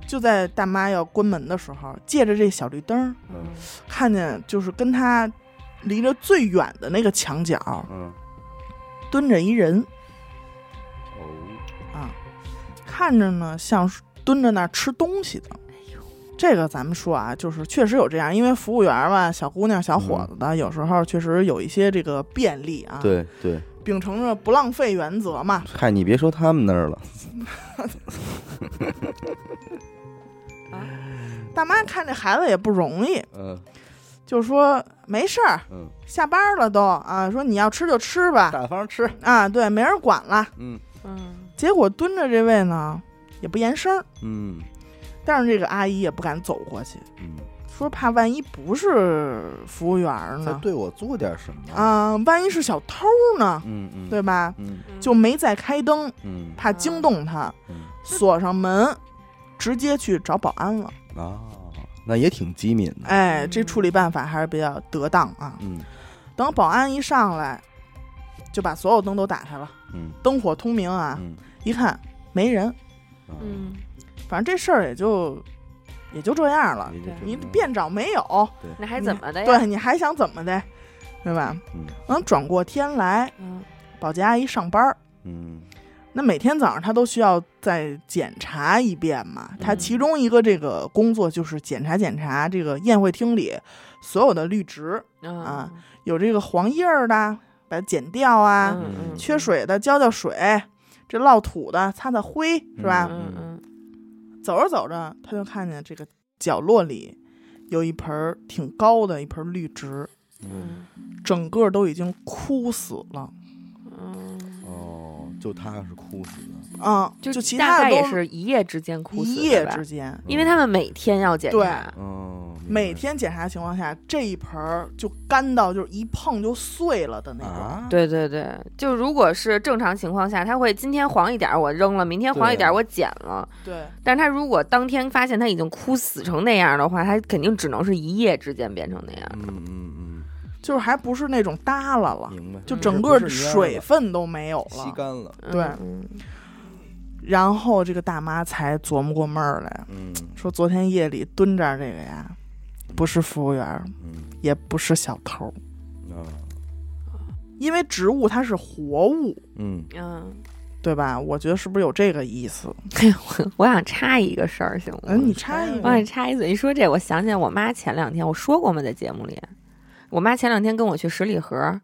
Speaker 2: 就在大妈要关门的时候，借着这小绿灯，
Speaker 1: 嗯
Speaker 2: 看见就是跟她离着最远的那个墙角
Speaker 1: 嗯，
Speaker 2: 蹲着一人
Speaker 1: 哦，
Speaker 2: 啊，看着呢像是蹲着那儿吃东西的。这个咱们说啊，就是确实有这样，因为服务员嘛，小姑娘、小伙子的，有时候确实有一些这个便利啊。，
Speaker 1: 嗯对嗯对，
Speaker 2: 秉承着不浪费原则嘛。
Speaker 1: 嗨，你别说他们那儿了，
Speaker 2: 大妈看这孩子也不容易，
Speaker 1: 嗯
Speaker 2: 就说没事儿，
Speaker 1: 嗯，
Speaker 2: 下班了都啊，说你要吃就吃吧，
Speaker 1: 大方吃，
Speaker 2: 啊，对，没人管了。
Speaker 1: 嗯
Speaker 3: 嗯
Speaker 2: 结果蹲着这位呢，也不言声儿。
Speaker 1: 嗯
Speaker 2: 但是这个阿姨也不敢走过去，
Speaker 1: 嗯，
Speaker 2: 说怕万一不是服务员儿
Speaker 1: 再
Speaker 2: 呢，
Speaker 1: 对我做点什么？
Speaker 2: 啊、万一是小偷儿呢，
Speaker 1: 嗯嗯，
Speaker 2: 对吧？
Speaker 1: 嗯
Speaker 3: 嗯
Speaker 2: 就没再开灯，
Speaker 1: 嗯
Speaker 2: 怕惊动他，
Speaker 1: 嗯
Speaker 2: 锁上门，直接去找保安了。
Speaker 1: 啊，那也挺机敏的。
Speaker 2: 哎，这处理办法还是比较得当啊。
Speaker 1: 嗯
Speaker 2: 等保安一上来，就把所有灯都打开了，
Speaker 1: 嗯
Speaker 2: 灯火通明啊，
Speaker 1: 嗯
Speaker 2: 一看没人，
Speaker 1: 啊
Speaker 3: 嗯，
Speaker 2: 反正这事儿也就也就这样了。
Speaker 1: 啊也就这
Speaker 2: 你
Speaker 1: 样
Speaker 2: 变找没有，
Speaker 3: 那还怎哎么的呀？
Speaker 2: 对，你还想怎么的，对吧？
Speaker 1: 嗯
Speaker 2: 嗯，转过天来，
Speaker 3: 嗯
Speaker 2: 保洁阿姨上班儿，
Speaker 1: 嗯
Speaker 2: 那每天早上她都需要再检查一遍嘛。她
Speaker 1: 嗯
Speaker 2: 其中一个这个工作就是检查检查这个宴会厅里所有的绿植，
Speaker 3: 嗯
Speaker 2: 啊有这个黄叶儿的，把它剪掉啊；
Speaker 1: 嗯
Speaker 2: 缺，水的浇浇水，这落土的擦擦灰，是吧？
Speaker 3: 嗯嗯
Speaker 2: 走着走着，她就看见这个角落里有一盆儿挺高的一盆儿绿植，
Speaker 1: 嗯
Speaker 3: 嗯
Speaker 2: 整个都已经枯死了。
Speaker 3: 嗯，
Speaker 1: 哦，就他是哭死的，
Speaker 2: 嗯，
Speaker 3: 就
Speaker 2: 其
Speaker 3: 大
Speaker 2: 他的
Speaker 3: 概也
Speaker 2: 都
Speaker 3: 是一夜之间哭死
Speaker 2: 一
Speaker 3: 的
Speaker 2: 夜
Speaker 3: 吧
Speaker 2: 之间，
Speaker 3: 因为他们每天要检
Speaker 2: 对
Speaker 3: 查，
Speaker 1: 哦，明白
Speaker 2: 每天检查的情况下，这一盆儿就干到就是一碰就碎了的那种。
Speaker 1: 啊，
Speaker 3: 对对对，就如果是正常情况下，他会今天黄一点儿我扔了，明天黄一点儿
Speaker 1: 对
Speaker 3: 我捡了。
Speaker 2: 对，
Speaker 3: 但是他如果当天发现他已经枯死成那样的话，他肯定只能是一夜之间变成那样。
Speaker 1: 嗯嗯
Speaker 2: 就是还不是那种耷拉
Speaker 1: 嗯，
Speaker 2: 了，
Speaker 1: 明白，
Speaker 2: 就
Speaker 3: 嗯
Speaker 2: 整
Speaker 1: 不
Speaker 2: 个
Speaker 1: 是蔫儿
Speaker 2: 水
Speaker 1: 了
Speaker 2: 分都没有
Speaker 1: 吸
Speaker 2: 了。
Speaker 1: 干了，
Speaker 2: 对
Speaker 3: 嗯
Speaker 2: 然后这个大妈才琢磨过闷儿来，
Speaker 1: 嗯
Speaker 2: 说昨天夜里蹲这儿这个呀，不是服务员儿，
Speaker 1: 嗯
Speaker 2: 也不是小偷儿，
Speaker 1: 啊，
Speaker 2: 因为植物它是活物，
Speaker 1: 嗯
Speaker 3: 嗯，
Speaker 2: 对吧？我觉得是不是有这个意思？
Speaker 3: 嗯 我想插一个事儿，行吗？
Speaker 2: 嗯，你插一
Speaker 3: 我
Speaker 2: 个
Speaker 3: 想，插一嘴，你说这，我想起来我妈前两天我说过吗？在节目里，我妈前两天跟我去十里河。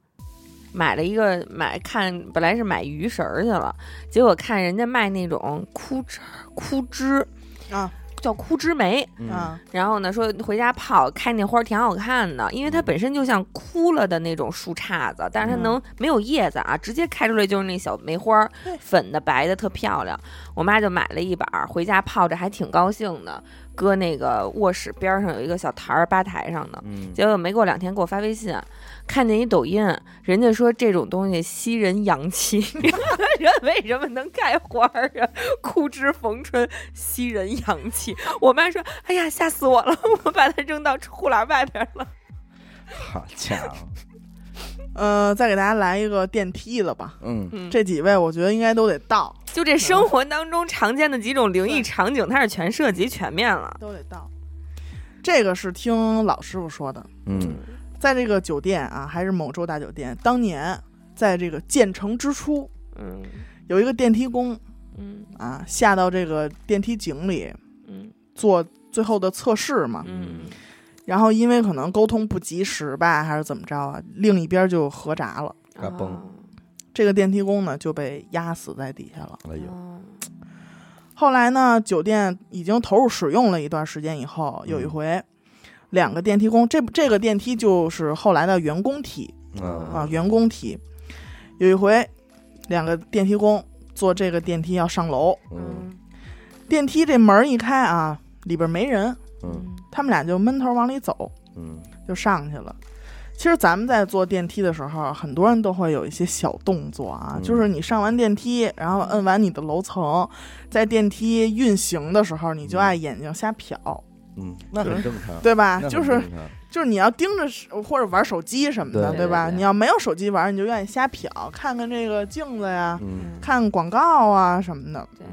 Speaker 3: 买了一个买看，本来是买鱼食儿去了，结果看人家卖那种枯枝枯枝
Speaker 2: 啊
Speaker 3: 叫枯枝梅，
Speaker 1: 嗯
Speaker 2: 啊，
Speaker 3: 然后呢，说回家泡开那花儿挺好看的，因为它本身就像枯了的那种树杈子，但是它
Speaker 2: 嗯
Speaker 3: 能没有叶子啊，直接开出来就是那小梅花儿
Speaker 2: 对，
Speaker 3: 粉的白的特漂亮。我妈就买了一把儿回家泡着，还挺高兴的，搁那个卧室边儿上有一个小台儿吧台上呢。
Speaker 1: 嗯，
Speaker 3: 结果没过两天给我发微信，看见一抖音，人家说这种东西吸人阳气， 人为什么能开花儿啊？枯枝逢春，吸人阳气。我妈说：“哎呀，吓死我了！ 我把它扔到护栏外边了。
Speaker 1: 好家伙，
Speaker 2: 呃，再给大家来一个电梯的吧。
Speaker 1: 嗯
Speaker 3: 嗯，
Speaker 2: 这几位我觉得应该都得到，
Speaker 3: 就这生活当中常见的几种灵异场景，它是全涉及全面了。
Speaker 2: 都得到。这个是听老师傅说的，
Speaker 1: 嗯
Speaker 2: 在这个酒店啊，还是某州大酒店，当年在这个建成之初，
Speaker 3: 嗯
Speaker 2: 有一个电梯工
Speaker 3: 嗯
Speaker 2: 啊，下到这个电梯井里
Speaker 3: 嗯
Speaker 2: 做最后的测试嘛，
Speaker 3: 嗯
Speaker 2: 然后因为可能沟通不及时吧，还是怎么着啊，另一边就合闸了，
Speaker 1: 嗯嘎嘣
Speaker 3: 啊
Speaker 2: 这个电梯工呢就被压死在底下了。
Speaker 1: 哎呦，
Speaker 3: 啊
Speaker 2: 后来呢，酒店已经投入使用了一段时间以后，有一
Speaker 1: 嗯
Speaker 2: 回，两个电梯工，这这个电梯就是后来的员工梯啊，
Speaker 1: 啊，
Speaker 2: 员工梯。有一回，两个电梯工坐这个电梯要上楼，
Speaker 1: 嗯
Speaker 3: 嗯
Speaker 2: 电梯这门儿一开啊，里边没人，
Speaker 1: 嗯
Speaker 2: 他们俩就闷头往里走，
Speaker 1: 嗯
Speaker 2: 就上去了。其实咱们在坐电梯的时候，很多人都会有一些小动作啊，
Speaker 1: 嗯
Speaker 2: 就是你上完电梯，然后摁完你的楼层，在电梯运行的时候，你就
Speaker 1: 嗯
Speaker 2: 爱眼睛瞎瞟，
Speaker 1: 嗯，那很正常，
Speaker 2: 对吧？
Speaker 1: 那很
Speaker 2: 就是
Speaker 1: 正常
Speaker 2: 就是你要盯着手或者玩手机什么的，
Speaker 1: 对
Speaker 2: 对吧？
Speaker 3: 对对对
Speaker 2: 你要没有手机玩，你就愿意瞎瞟，看看这个镜子呀，
Speaker 1: 嗯
Speaker 3: 嗯
Speaker 2: 看广告啊什么的。
Speaker 3: 对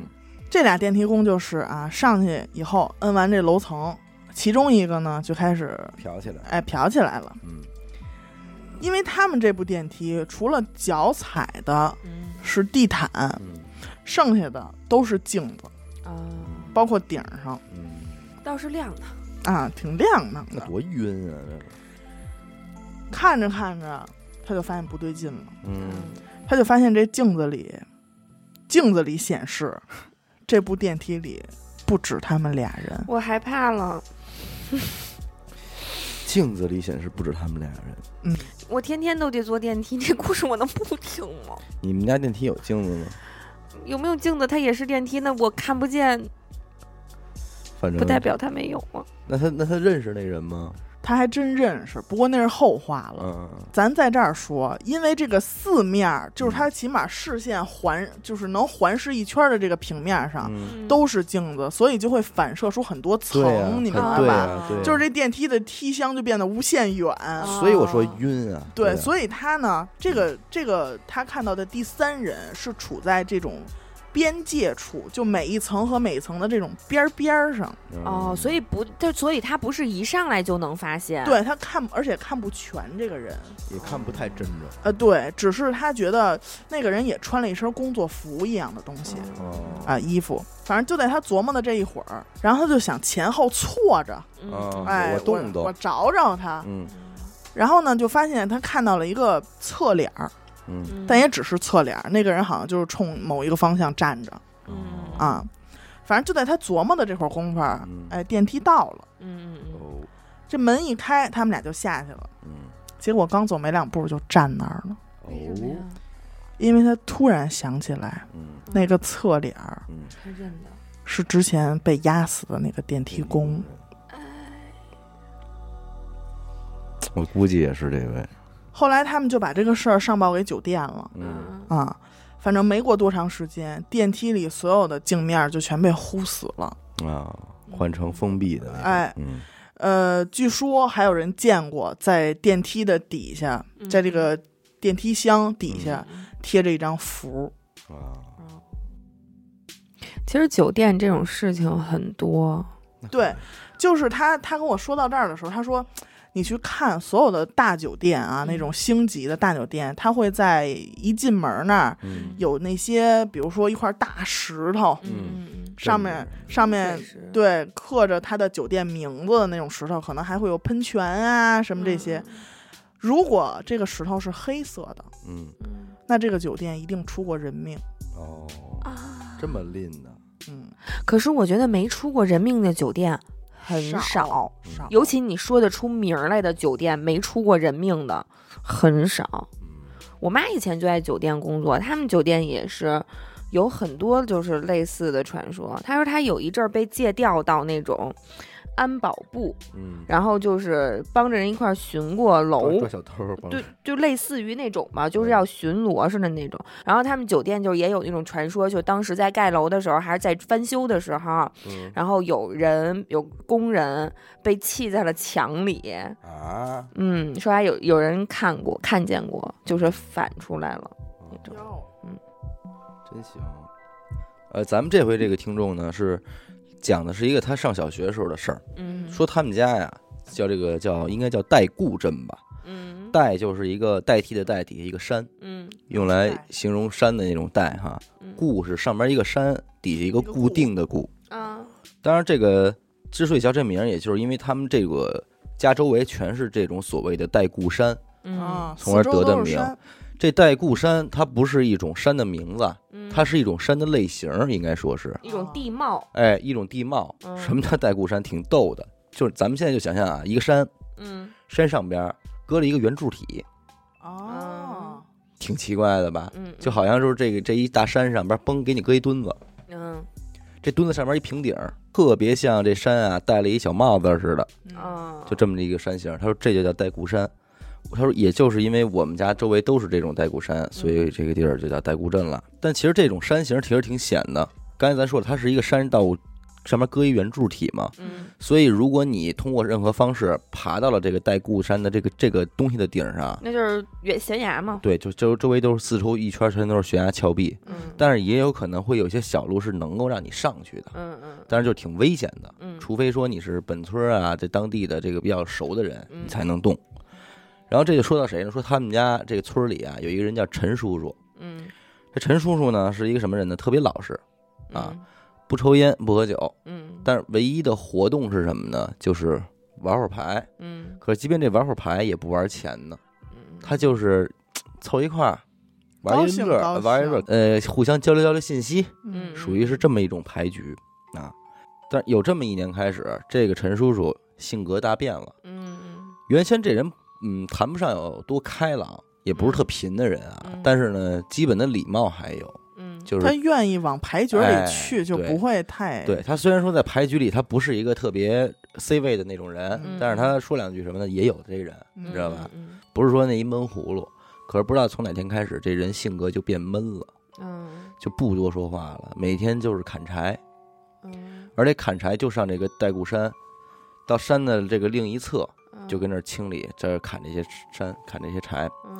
Speaker 2: 这俩电梯工就是啊，上去以后摁完这楼层，其中一个呢就开始
Speaker 1: 飘起来，
Speaker 2: 哎瞟起来了，
Speaker 1: 嗯
Speaker 2: 因为他们这部电梯除了脚踩的
Speaker 3: 嗯
Speaker 2: 是地毯，
Speaker 1: 嗯
Speaker 2: 剩下的都是镜子，
Speaker 3: 啊，
Speaker 2: 包括顶上
Speaker 1: 嗯，
Speaker 3: 倒是亮堂。
Speaker 2: 啊，挺亮堂
Speaker 1: 那
Speaker 2: 的。
Speaker 1: 多晕啊，这个，
Speaker 2: 看着看着，他就发现不对劲了。
Speaker 1: 嗯
Speaker 2: 他就发现这镜子里，镜子里显示，这部电梯里不止他们俩人，嗯
Speaker 3: 我害怕了，
Speaker 1: 镜子里显示不止他们俩人，
Speaker 3: 我天天都得坐电梯，这故事我能不听吗？
Speaker 1: 你们家电梯有镜子吗？
Speaker 3: 有没有镜子它也是电梯，那我看不见
Speaker 1: 反正
Speaker 3: 不代表它没有啊。
Speaker 1: 那他那他认识那人吗？
Speaker 2: 他还真认识，不过那是后话了。
Speaker 1: 嗯，
Speaker 2: 咱在这儿说，因为这个四面儿，
Speaker 1: 嗯
Speaker 2: 就是它起码视线环，就是能环视一圈儿的这个平面上，
Speaker 1: 嗯
Speaker 3: 嗯
Speaker 2: 都是镜子，所以就会反射出很多层，
Speaker 1: 对呀，
Speaker 2: 你明
Speaker 1: 很
Speaker 2: 白
Speaker 1: 对
Speaker 2: 吧？
Speaker 1: 呀，嗯对呀，啊
Speaker 2: 就是这电梯的梯箱就变得无限远。
Speaker 1: 所以我说晕啊。
Speaker 2: 哦对，
Speaker 1: 啊
Speaker 2: 所以他呢，这
Speaker 1: 嗯
Speaker 2: 个这个他看到的第三人是处在这种边界处，就每一层和每一层的这种边儿边儿上。
Speaker 1: 嗯
Speaker 3: 哦，所以不，它所以它不是一上来就能发
Speaker 1: 嗯
Speaker 3: 现。，
Speaker 2: 对他看，而且看不全这个人。
Speaker 1: 也看不太真着。
Speaker 2: 呃，对，只是他觉得那个人也穿了一身工作服一样的东西
Speaker 1: 哦，
Speaker 2: 啊、衣服。反正就在他琢磨的这一会儿，然后他就想前后错着，
Speaker 3: 嗯
Speaker 1: 啊
Speaker 2: 哎，
Speaker 1: 我
Speaker 2: 我
Speaker 1: 动
Speaker 2: 我
Speaker 1: 动，
Speaker 2: 找找他。
Speaker 1: 嗯
Speaker 2: 然后呢，就发现他看到了一个侧脸儿，
Speaker 1: 嗯
Speaker 3: 嗯
Speaker 2: 但也只是侧脸儿。那个人好像就是冲某一个方向站着
Speaker 3: 嗯
Speaker 1: 哦
Speaker 2: 啊。反正就在他琢磨的这会儿功夫儿，
Speaker 1: 嗯
Speaker 2: 哎，电梯到了，
Speaker 3: 嗯嗯嗯，
Speaker 1: 哦
Speaker 2: 这门一开，他们俩就下去了。
Speaker 1: 嗯
Speaker 2: 结果刚走没两步就站那儿了，
Speaker 3: 为什么呀
Speaker 1: 哦，？
Speaker 2: 因为他突然想起来，
Speaker 1: 嗯
Speaker 2: 那个侧脸儿
Speaker 1: 嗯，
Speaker 3: 他认得。
Speaker 2: 是之前被压死的那个电梯工。
Speaker 1: 嗯哎我估计也是这位，
Speaker 2: 后来他们就把这个事儿上报给酒店了
Speaker 1: 嗯，
Speaker 3: 嗯
Speaker 2: 啊。反正没过多长时间，电梯里所有的镜面儿就全被呼死了。
Speaker 3: 嗯
Speaker 1: 啊，换成封闭的那种，
Speaker 2: 哎
Speaker 1: 嗯，
Speaker 2: 呃，据说还有人见过在电梯的底下，
Speaker 3: 嗯
Speaker 2: 在这个电梯箱底下
Speaker 3: 嗯
Speaker 2: 贴着一张符。
Speaker 1: 啊，
Speaker 3: 其实酒店这种事情很多，
Speaker 2: 对，就是他，他跟我说到这儿的时候，他说。你去看所有的大酒店啊，
Speaker 3: 嗯
Speaker 2: 那种星级的大酒店，它会在一进门那儿
Speaker 1: 嗯，
Speaker 2: 有那些，比如说一块大石头，
Speaker 3: 嗯，
Speaker 2: 上面上面
Speaker 3: 对
Speaker 2: 对刻着它的酒店名字的那种石头，可能还会有喷泉啊什么这些。，
Speaker 3: 嗯
Speaker 2: 如果这个石头是黑色的，
Speaker 1: 嗯，
Speaker 3: 嗯
Speaker 2: 那这个酒店一定出过人命。
Speaker 1: 哦，
Speaker 3: 啊。
Speaker 1: 这么吝呢？
Speaker 2: 嗯，
Speaker 3: 可是我觉得没出过人命的酒店很
Speaker 2: 少
Speaker 3: 少，
Speaker 2: 少
Speaker 3: 尤其你说得出名儿来的酒店，没出过人命的很少。
Speaker 1: 嗯
Speaker 3: 我妈以前就在酒店工作，他们酒店也是有很多就是类似的传说。她说她有一阵儿被借调到那种安保部，
Speaker 1: 嗯，
Speaker 3: 然后就是帮着人一块儿巡过楼
Speaker 1: 抓，抓小偷儿帮
Speaker 3: 哦对，就类似于那种吧，就是要巡逻似的那种。然后他们酒店就是也有那种传说，就当时在盖楼的时候，还是在翻修的时候，
Speaker 1: 嗯
Speaker 3: 然后有人有工人被砌在了墙里，
Speaker 1: 啊，
Speaker 3: 嗯，说还有有人看过看见过，就是反出来了。那种
Speaker 1: 哦真行。呃，咱们这回这个听众呢是讲的是一个他上小学时候的事儿，
Speaker 3: 嗯，
Speaker 1: 说他们家呀叫这个叫应该叫代固镇吧，
Speaker 3: 嗯
Speaker 1: 代就是一个代替的代底下一个山，
Speaker 3: 嗯
Speaker 1: 用来形容山的那种代哈，
Speaker 3: 嗯
Speaker 1: 固是上面一个山，底下一个
Speaker 2: 一个
Speaker 1: 固
Speaker 2: 固
Speaker 1: 定的固。
Speaker 3: 啊
Speaker 1: 当然，这个之所以叫这名儿，也就是因为他们这个家周围全是这种所谓的代固山。
Speaker 3: 嗯
Speaker 1: 嗯
Speaker 2: 啊，
Speaker 1: 从而
Speaker 2: 四周
Speaker 1: 得的
Speaker 2: 都是
Speaker 1: 名
Speaker 2: 山
Speaker 1: 这代固山它不是一种山的名字，啊
Speaker 3: 嗯，
Speaker 1: 它是一种山的类型儿，应该说是，
Speaker 3: 一种地貌，
Speaker 1: 哎，一种地貌。
Speaker 3: 嗯
Speaker 1: 什么叫代固山？挺逗的，就是咱们现在就想象啊，一个山，
Speaker 3: 嗯
Speaker 1: 山上边儿搁了一个圆柱体，
Speaker 2: 哦，
Speaker 1: 挺奇怪的吧？
Speaker 3: 嗯，
Speaker 1: 就好像就是这个这一大山上边儿，嘣，给你搁一墩子，
Speaker 3: 嗯
Speaker 1: 这墩子上面一平顶儿，特别像这山啊戴了一小帽子似的，
Speaker 2: 嗯
Speaker 3: 啊，
Speaker 1: 就这么一个山形。他说这就叫代固山。他说也就是因为我们家周围都是这种代固山，所以这个地儿就叫代固镇了。但其实这种山形其实挺险的。刚才咱说了，它是一个山道上面搁一圆柱体嘛，
Speaker 3: 嗯
Speaker 1: 所以如果你通过任何方式爬到了这个代固山的这个这个东西的顶上，
Speaker 3: 那就是悬悬崖嘛，
Speaker 1: 对，就周周围都是四周一圈全都是悬崖峭壁，
Speaker 3: 嗯
Speaker 1: 但是也有可能会有一些小路是能够让你上去的，
Speaker 3: 嗯嗯
Speaker 1: 但是就挺危险的。
Speaker 3: 嗯，
Speaker 1: 除非说你是本村儿啊，这当地的这个比较熟的人，
Speaker 3: 嗯
Speaker 1: 你才能动。然后这就说到谁呢？说他们家这个村儿里啊，有一个人叫陈叔叔。
Speaker 3: 嗯
Speaker 1: 这陈叔叔呢，是一个什么人呢？特别老实，啊
Speaker 3: 啊
Speaker 1: 不抽烟，不喝酒，
Speaker 3: 嗯，
Speaker 1: 但是唯一的活动是什么呢？就是玩会儿牌。
Speaker 3: 嗯
Speaker 1: 可是即便这玩会儿牌也不玩钱呢，
Speaker 3: 嗯
Speaker 1: 他就是嘖凑一块儿玩
Speaker 2: 高
Speaker 1: 一
Speaker 2: 兴
Speaker 1: 乐
Speaker 2: 高
Speaker 1: 儿，玩一乐儿，呃，互相交流交流信息，
Speaker 3: 嗯
Speaker 1: 属于是这么一种牌局啊。但有这么一年开始，这个陈叔叔性格大变了。
Speaker 3: 嗯
Speaker 1: 原先这人，嗯，谈不上有多开朗，也不是特贫的人啊，
Speaker 3: 嗯
Speaker 1: 但是呢，基本的礼貌还有。
Speaker 3: 嗯
Speaker 1: 就是
Speaker 2: 他愿意往牌局里
Speaker 1: 哎
Speaker 2: 去，就
Speaker 1: 对
Speaker 2: 不会太
Speaker 1: 对他虽然说在牌局里他不是一个特别 C 位的那种人，
Speaker 3: 嗯
Speaker 1: 但是他说两句什么的也有这人，
Speaker 2: 嗯
Speaker 1: 你知道吧？
Speaker 3: 嗯
Speaker 1: 不是说那一闷葫芦，可是不知道从哪天开始，这人性格就变闷了，
Speaker 3: 嗯
Speaker 1: 就不多说话了，每天就是砍柴，
Speaker 3: 嗯
Speaker 1: 而且砍柴就上这个代固山，到山的这个另一侧
Speaker 3: 嗯，
Speaker 1: 就跟那儿清理，这儿砍这些山，砍这些柴。
Speaker 3: 嗯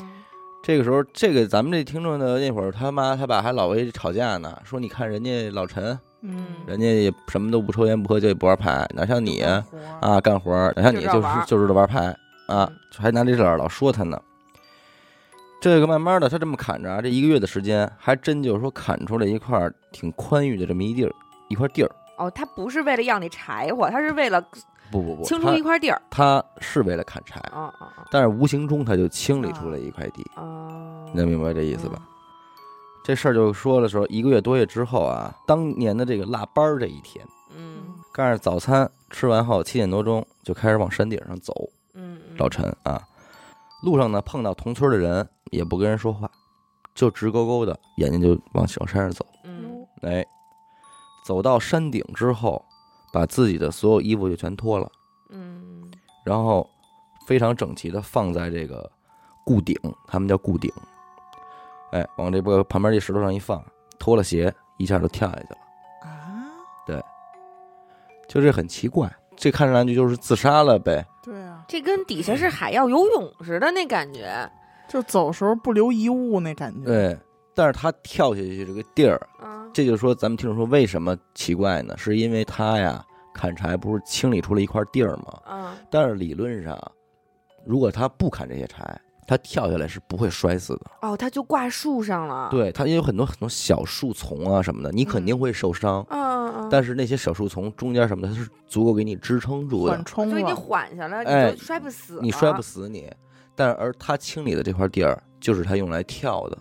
Speaker 1: 这个时候，这个咱们这听众的那会儿，他妈他爸还老为吵架呢，说你看人家老陈，
Speaker 2: 嗯
Speaker 1: 人家也什么都不抽烟不喝酒也不玩牌，哪像你啊啊干活儿，哪像你
Speaker 3: 就知道
Speaker 1: 就
Speaker 3: 玩儿
Speaker 1: 是就知道玩牌啊
Speaker 3: 嗯，
Speaker 1: 还拿这事儿老说他呢。这个慢慢的，他这么砍着啊，这一个月的时间，还真就是说砍出来一块儿挺宽裕的这么一地儿，一块地儿。
Speaker 3: 哦，他不是为了要你柴火，他是为了
Speaker 1: 不不不，
Speaker 3: 清出
Speaker 1: 他哎
Speaker 3: 一块地儿。
Speaker 1: 他是为了砍柴，
Speaker 3: 哦哦
Speaker 1: 但是无形中他就清理出了一块地，
Speaker 3: 哦哦，
Speaker 1: 你能明白这意思吧？这事儿就说的时候，一个月多月之后啊，当年的这个腊八儿这一天，
Speaker 3: 嗯？
Speaker 1: 干着早餐吃完后，七点多钟就开始往山顶上走。
Speaker 3: 嗯嗯，
Speaker 1: 老陈啊，路上呢碰到同村的人，也不跟人说话，就直勾勾的眼睛就往往山上走。
Speaker 3: 嗯
Speaker 1: 哎，走到山顶之后，把自己的所有衣服就全脱了，
Speaker 3: 嗯
Speaker 1: 然后非常整齐的放在这个固顶，他们叫固顶。哎，往这个旁边这石头上一放，脱了鞋，一下就跳下去了。
Speaker 2: 啊，
Speaker 1: 就这很奇怪，这看上去就是自杀了呗。
Speaker 2: 对啊，
Speaker 3: 这跟底下是海要游泳似的那感觉。
Speaker 2: 就走时候不留遗物那感觉。
Speaker 1: 对，但是他跳下去这个地儿，
Speaker 3: 嗯
Speaker 1: 这就是说咱们听众说为什么奇怪呢？是因为他呀砍柴不是清理出了一块地儿吗？
Speaker 3: 嗯
Speaker 1: 但是理论上，如果他不砍这些柴，他跳下来是不会摔死的。
Speaker 3: 哦，他就挂树上了。，
Speaker 1: 对，他也有很多很多小树丛啊什么的，你肯定会受伤。
Speaker 3: 嗯嗯，
Speaker 1: 但是那些小树丛中间什么的，它是足够给你支撑住
Speaker 2: 缓
Speaker 1: 的，
Speaker 2: 冲
Speaker 3: 所以你
Speaker 2: 了，
Speaker 3: 缓下来，
Speaker 1: 哎
Speaker 3: 你就摔不死，啊
Speaker 1: 你摔不。死你。但是而他清理的这块地儿，就是他用来跳的，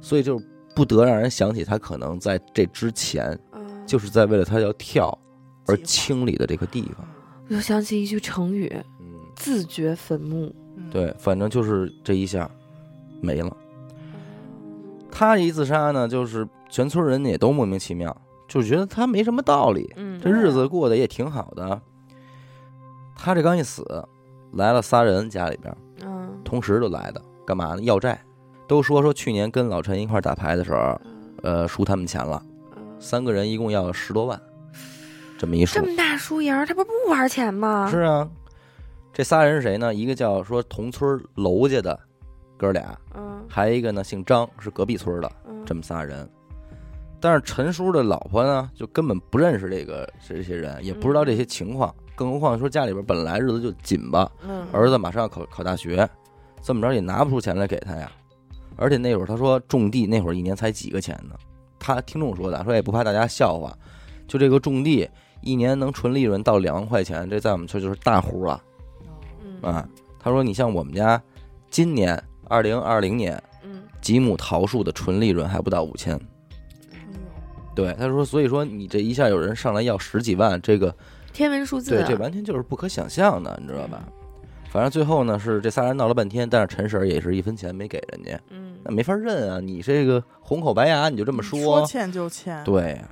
Speaker 1: 所以就不得让人想起他可能在这之前，
Speaker 3: 嗯，
Speaker 1: 就是在为了他要跳而啊
Speaker 2: 计划
Speaker 1: 清理的这个地方。
Speaker 3: 又想起一句成语
Speaker 1: 嗯
Speaker 3: “自掘坟墓
Speaker 2: 嗯，
Speaker 1: 对，反正就是这一下没了。
Speaker 3: 嗯
Speaker 1: 他一自杀呢，就是全村人也都莫名其妙，就觉得他没什么道理”。，
Speaker 3: 嗯，
Speaker 1: 这日子过得也挺好的。他这刚一死，来了仨人家里边，
Speaker 3: 嗯
Speaker 1: 同时就来的，干嘛呢？要债。都说说去年跟老陈一块儿打牌的时候，
Speaker 3: 嗯
Speaker 1: 呃，输他们钱了，
Speaker 3: 嗯，
Speaker 1: 三个人一共要了十多万，这么一数
Speaker 3: 这。么大输赢，他不是不玩钱吗？
Speaker 1: 是啊，这仨人是谁呢？一个叫说同村楼家的哥俩，
Speaker 3: 嗯，
Speaker 1: 还有一个呢姓张，是隔壁村的，
Speaker 3: 嗯
Speaker 1: 这么仨人。但是陈叔的老婆呢，就根本不认识这个这些人，也不知道这些情况，更何况说家里边本来日子就紧吧，
Speaker 3: 嗯
Speaker 1: 儿子马上要考考大学，这么着也拿不出钱来给他呀。而且那会儿他说种地那会儿一年才几个钱呢，他听众说的，说也不怕大家笑话，就这个种地一年能纯利润到两万块钱，这在我们村就是大户了
Speaker 3: 嗯
Speaker 1: 啊。他说你像我们家今年二零二零年
Speaker 3: 嗯
Speaker 1: 几亩桃树的纯利润还不到五千。
Speaker 2: 哎呦
Speaker 1: 对，他说，所以说你这一下有人上来要十几万，这个
Speaker 3: 天文数字
Speaker 1: 对，
Speaker 3: 啊，
Speaker 1: 这完全就是不可想象的，你知
Speaker 3: 嗯
Speaker 1: 道吧？反正最后呢，是这仨人闹了半天，但是陈婶儿也是一分钱没给人家，
Speaker 3: 嗯
Speaker 1: 那没法认啊！你这个红口白牙，你就这么
Speaker 2: 说欠就欠，
Speaker 1: 对呀、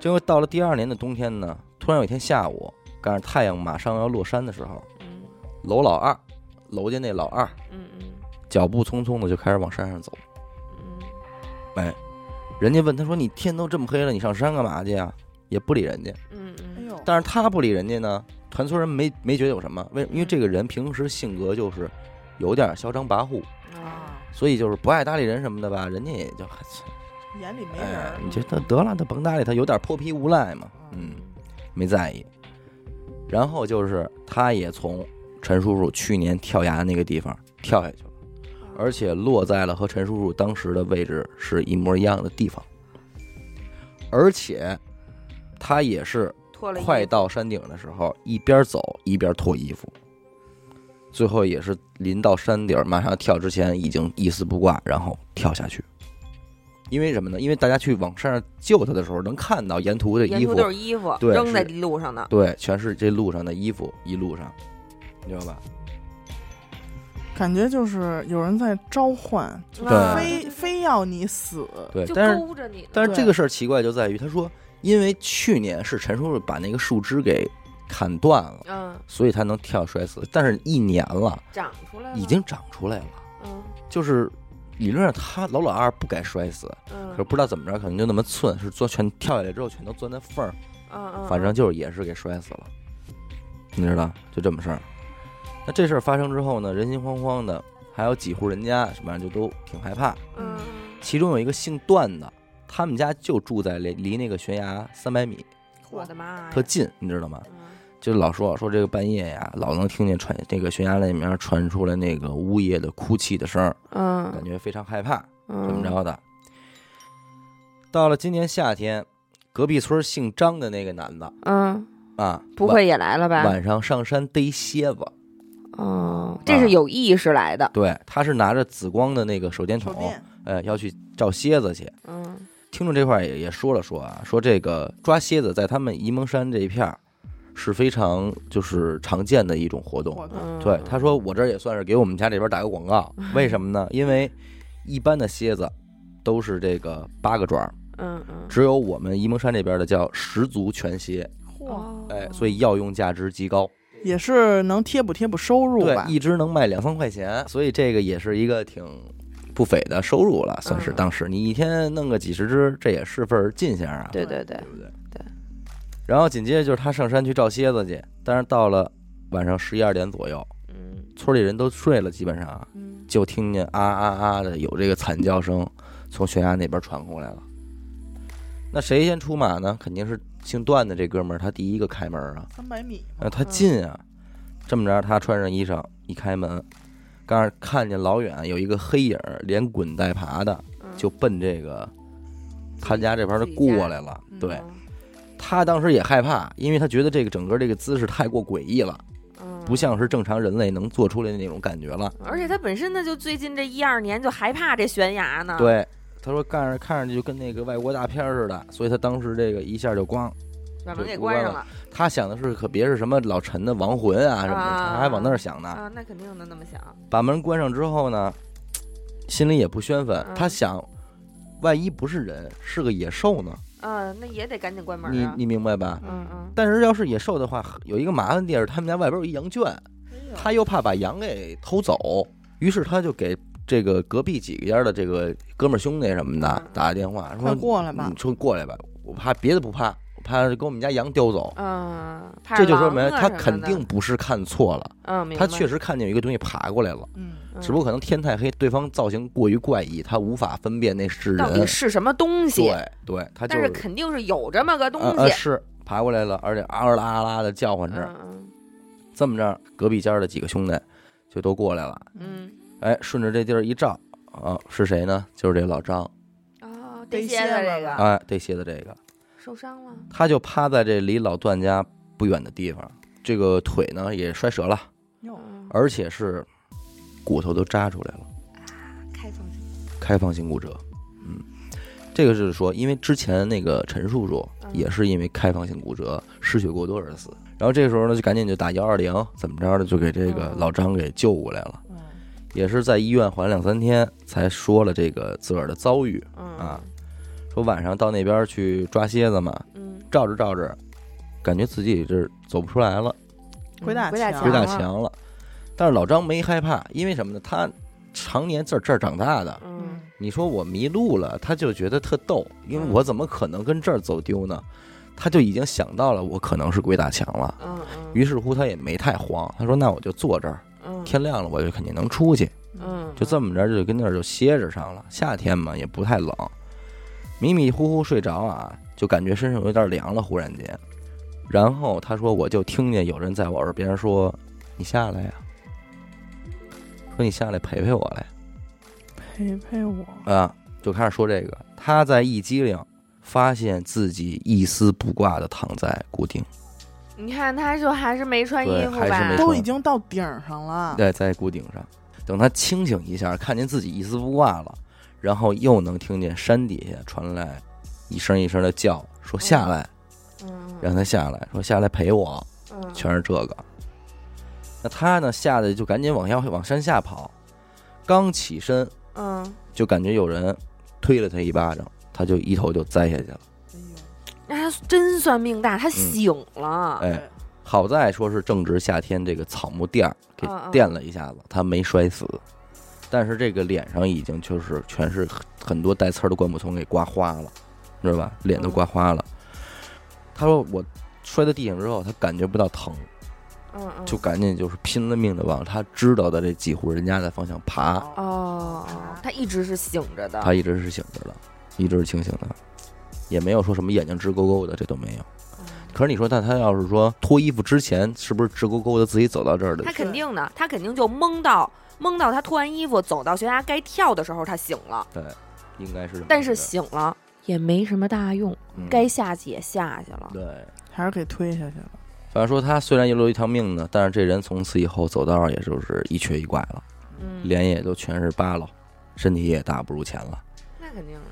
Speaker 1: 结果到了第二年的冬天呢，突然有一天下午，赶上太阳马上要落山的时候，
Speaker 3: 嗯
Speaker 1: 楼老二，楼家那老二，
Speaker 3: 嗯嗯
Speaker 1: 脚步匆匆的就开始往山上走。
Speaker 3: 嗯
Speaker 1: 人家问他说：“你天都这么黑了，你上山干嘛去呀、也不理人家。
Speaker 3: 嗯
Speaker 2: 哎
Speaker 3: 嗯，
Speaker 2: 呦，
Speaker 1: 但是他不理人家呢，团村人没没觉得有什么，为因为这个人平时性格就是有点嚣张跋扈，
Speaker 3: 啊，
Speaker 1: 所以就是不爱搭理人什么的吧，人家也就还
Speaker 2: 眼里没人
Speaker 1: 哎
Speaker 2: 儿，，
Speaker 1: 你觉得得了，他甭搭理他，有点泼皮无赖嘛，嗯，没在意。然后就是他也从陈叔叔去年跳崖那个地方跳下去了，
Speaker 3: 啊
Speaker 1: 而且落在了和陈叔叔当时的位置是一模一样的地方，而且他也是
Speaker 3: 脱了衣
Speaker 1: 快到山顶的时候，一边走一边脱衣服，最后也是临到山顶马上要跳之前，已经一丝不挂，然后跳下去。因为什么呢？因为大家去往山上救他的时候，能看到沿途的
Speaker 3: 沿
Speaker 1: 衣
Speaker 3: 途
Speaker 1: 服，
Speaker 3: 都是衣服
Speaker 1: 对
Speaker 3: 扔在
Speaker 1: 是
Speaker 3: 路上的，
Speaker 1: 对，全是这路上的衣服，一路上，你知道吧？
Speaker 2: 感觉就是有人在召唤，就
Speaker 1: 对
Speaker 2: 非非要你死。
Speaker 1: 对，
Speaker 3: 就
Speaker 1: 但是
Speaker 3: 勾着你呢，
Speaker 1: 但是这
Speaker 2: 对
Speaker 1: 个事儿奇怪就在于，他说因为去年是陈叔叔把那个树枝给砍断了，
Speaker 3: 嗯，
Speaker 1: 所以他能跳摔死，但是一年了，
Speaker 3: 长出来了，
Speaker 1: 已经长出来了，
Speaker 3: 嗯
Speaker 1: 就是理论上他老老二不该摔死，可是
Speaker 3: 嗯
Speaker 1: 不知道怎么着，可能就那么寸，是钻全跳下来之后全都钻在缝儿，
Speaker 3: 嗯嗯，
Speaker 1: 反正就是也是给摔死了，你知道，就这么事儿。那这事儿发生之后呢，人心惶惶的，还有几户人家什么样就都挺害怕。
Speaker 3: 嗯
Speaker 1: 其中有一个姓段的，他们家就住在离离那个悬崖三百米，
Speaker 3: 我的妈呀，
Speaker 1: 特近，你知道吗？
Speaker 3: 嗯
Speaker 1: 就老说说这个半夜呀，老能听见传这个悬崖那面传出来那个呜咽的哭泣的声儿，感
Speaker 3: 嗯
Speaker 1: 觉非常害怕。
Speaker 3: 嗯
Speaker 1: 怎么着的。到了今年夏天，隔壁村姓张的那个男的
Speaker 3: 嗯，
Speaker 1: 啊，
Speaker 3: 不会也来了吧
Speaker 1: 晚？晚上上山逮蝎子，
Speaker 3: 哦，这
Speaker 1: 啊
Speaker 3: 是有意识来的，
Speaker 1: 对，他是拿着紫光的那个手电
Speaker 2: 手
Speaker 1: 筒，
Speaker 2: 电
Speaker 1: 呃，要去照蝎子去。
Speaker 3: 嗯
Speaker 1: 听众这块儿也也说了说啊，说这个抓蝎子在他们沂蒙山这一片儿是非常就是常见的一种活动。
Speaker 2: 火的，
Speaker 3: 嗯，
Speaker 1: 啊对，他说我这儿也算是给我们家这边打个广告，为什么呢？因为一般的蝎子都是这个八个爪儿，
Speaker 3: 嗯嗯，
Speaker 1: 只有我们沂蒙山这边的叫十足全蝎，
Speaker 3: 哦
Speaker 2: 嚯，
Speaker 1: 哎，所
Speaker 3: 以
Speaker 1: 以药用价值极高，
Speaker 2: 也是能贴补贴补收入
Speaker 1: 对
Speaker 2: 吧，？
Speaker 1: 一只能卖两三块钱，所以这个也是一个挺不菲的收入了，算是
Speaker 3: 嗯
Speaker 1: 当时你一天弄个几十只，这也是份儿进项啊，
Speaker 3: 对对对，
Speaker 1: 不对？
Speaker 3: 对。
Speaker 1: 然后紧接着就是他上山去照蝎子去，但是到了晚上十一二点左右，
Speaker 3: 嗯
Speaker 1: 村里人都睡了，基本上啊，
Speaker 3: 嗯，
Speaker 1: 就听见啊啊啊的有这个惨叫声从悬崖那边传过来了。那谁先出马呢？肯定是姓段的这哥们儿，他第一个开门啊。
Speaker 2: 三百米
Speaker 1: 呃，他近啊，这么着，他穿上衣裳一开门，刚是看见老远啊有一个黑影儿连滚带爬的
Speaker 3: 嗯
Speaker 1: 就奔这个他家这边儿
Speaker 3: 自
Speaker 1: 就
Speaker 3: 己
Speaker 1: 过
Speaker 3: 家
Speaker 1: 来了。
Speaker 3: 嗯
Speaker 1: 对他当时也害怕，因为他觉得这个整个这个姿势太过诡异了，
Speaker 3: 嗯
Speaker 1: 不像是正常人类能做出来的那种感觉了。
Speaker 3: 而且他本身呢，就最近这一二年就害怕这悬崖呢。，
Speaker 1: 对，他说看着看上去就跟那个外国大片儿似的，所以他当时这个一下就咣，
Speaker 3: 把门给关上了
Speaker 1: 他想的是可别是什么老陈的亡魂啊什么的，
Speaker 3: 啊
Speaker 1: 他还往那儿想呢。
Speaker 3: 啊，那肯定能那么想。
Speaker 1: 把门关上之后呢，心里也不宣愤
Speaker 3: 嗯，
Speaker 1: 他想，万一不是人，是个野兽呢？
Speaker 3: 嗯，那也得赶紧关门
Speaker 1: 你
Speaker 3: 啊。
Speaker 1: 你明白吧？
Speaker 3: 嗯嗯，
Speaker 1: 但是要是野兽的话，有一个麻烦地儿，他们家外边有一羊圈，
Speaker 3: 哎
Speaker 1: 他又怕把羊给偷走，于是他就给这个隔壁几个家的这个哥们儿兄弟什么的
Speaker 3: 嗯
Speaker 1: 打个电话，
Speaker 2: 快
Speaker 1: 说
Speaker 2: 过来吧
Speaker 1: 你，说过来吧，我怕别的不怕，我怕给我们家羊叼走。
Speaker 3: 嗯，
Speaker 1: 这就说明他
Speaker 3: 他
Speaker 1: 肯定，不是看错了，
Speaker 3: 嗯，明白
Speaker 1: 他确实看见有一个东西爬过来了。
Speaker 2: 嗯，
Speaker 3: 嗯
Speaker 1: 只不过可能天太黑，对方造型过于怪异，他无法分辨那是
Speaker 3: 到底
Speaker 1: 人。
Speaker 3: 是什么东西，
Speaker 1: 对对，他就
Speaker 3: 但是肯定是有这么个东
Speaker 1: 呃呃
Speaker 3: 西。
Speaker 1: 是爬过来了，而且嗷啦啊啦的叫唤着。
Speaker 3: 嗯
Speaker 1: 这么着，隔壁家的几个兄弟就都过来了。
Speaker 3: 嗯
Speaker 1: 哎，顺着这地儿一照，啊，是谁呢？就是这老张。
Speaker 3: 嗯，哦，
Speaker 2: 逮
Speaker 3: 逮
Speaker 2: 蝎
Speaker 3: 蝎
Speaker 2: 子
Speaker 3: 子
Speaker 2: 了
Speaker 3: 这个
Speaker 1: 哎，这蝎子这个，
Speaker 3: 受伤了，
Speaker 1: 他就趴在这离老段家不远的地方，这个腿呢也摔折了，
Speaker 2: 哟，
Speaker 3: 嗯，
Speaker 1: 而且是骨头都扎出来了。
Speaker 3: 啊开放性
Speaker 1: 开放性骨折。嗯，这个是说，因为之前那个陈叔叔
Speaker 3: 嗯
Speaker 1: 也是因为开放性骨折失血过多而死，然后这时候呢就赶紧就打幺二零，怎么着的就给这个
Speaker 3: 嗯
Speaker 1: 老张给救过来了，
Speaker 2: 嗯
Speaker 1: 也是在医院缓两三天才说了这个自个儿的遭遇，
Speaker 3: 嗯
Speaker 1: 啊说晚上到那边去抓蝎子嘛，
Speaker 3: 嗯，
Speaker 1: 照着照着，感觉自己这儿走不出来了，
Speaker 2: 鬼打
Speaker 3: 鬼打
Speaker 2: 墙
Speaker 1: 鬼打
Speaker 3: 了，
Speaker 1: 墙了，但是老张没害怕，因为什么呢？他常年在这儿长大的，
Speaker 3: 嗯
Speaker 1: 你说我迷路了，他就觉得特逗，因为我怎么可能跟这儿走丢呢？他就已经想到了我可能是鬼打墙了，
Speaker 3: 嗯嗯，
Speaker 1: 于是乎他也没太慌，他说那我就坐这儿，
Speaker 3: 嗯
Speaker 1: 天亮了我就肯定能出去，
Speaker 3: 嗯
Speaker 1: 就这么着就跟那儿就歇着上了。夏天嘛也不太冷，迷迷糊糊睡着啊，就感觉身上有点凉了，忽然间，然后他说我就听见有人在我耳边说：“你下来呀、说你下来陪陪我来。”
Speaker 2: 陪陪我，
Speaker 1: 啊，就开始说这个。他在一激灵，发现自己一丝不挂的躺在固定，
Speaker 3: 你看，他就还是没穿衣
Speaker 1: 对
Speaker 3: 服
Speaker 1: 还是
Speaker 3: 吧？
Speaker 1: 没
Speaker 2: 都已经到顶儿上了，
Speaker 1: 对，在固定上。等他清醒一下，看见自己一丝不挂了，然后又能听见山底下传来一声一声的叫，说下来，
Speaker 3: 嗯，
Speaker 1: 让他下来，说下来陪我，
Speaker 3: 嗯
Speaker 1: 全是这个。那他呢吓得就赶紧往下往山下跑，刚起身
Speaker 2: 嗯，
Speaker 1: 就感觉有人推了他一巴掌，他就一头就栽下去了。
Speaker 2: 哎呦，
Speaker 3: 那他真算命大，
Speaker 1: 嗯
Speaker 3: 他醒了。
Speaker 1: 哎，好在说是正值夏天，这个草木垫儿给
Speaker 3: 嗯嗯
Speaker 1: 垫了一下子，他没摔死，但是这个脸上已经就是全是很很多带刺儿的灌木丛给刮花了，你知道吧？脸都刮花
Speaker 3: 嗯
Speaker 1: 了。他说我摔在地上之后，他感觉不到疼，
Speaker 3: 嗯嗯，
Speaker 1: 就赶紧就是拼了命的往他知道的这几户人家的方向爬。
Speaker 2: 哦，
Speaker 3: 哦，他一直是醒着的。
Speaker 1: 他一直是醒着的，一直是清醒的，也没有说什么眼睛直勾勾的，这都没有。
Speaker 3: 嗯
Speaker 1: 可是你说，但他要是说脱衣服之前，是不是直勾勾的自己走到这儿的
Speaker 3: 他？肯定的，他肯定就蒙到蒙到他脱完衣服走到悬崖该跳的时候，他醒了，
Speaker 1: 对，哎应该是这么回事。
Speaker 3: 但是醒了也没什么大用，
Speaker 1: 嗯
Speaker 3: 该下去也下去了。
Speaker 1: 对，
Speaker 2: 还是给推下去了。
Speaker 1: 反正说他虽然遗留一条命呢，但是这人从此以后走道也就是一瘸一拐了，
Speaker 3: 嗯，
Speaker 1: 脸也都全是疤了，身体也大不如前了。
Speaker 3: 那肯定的呀。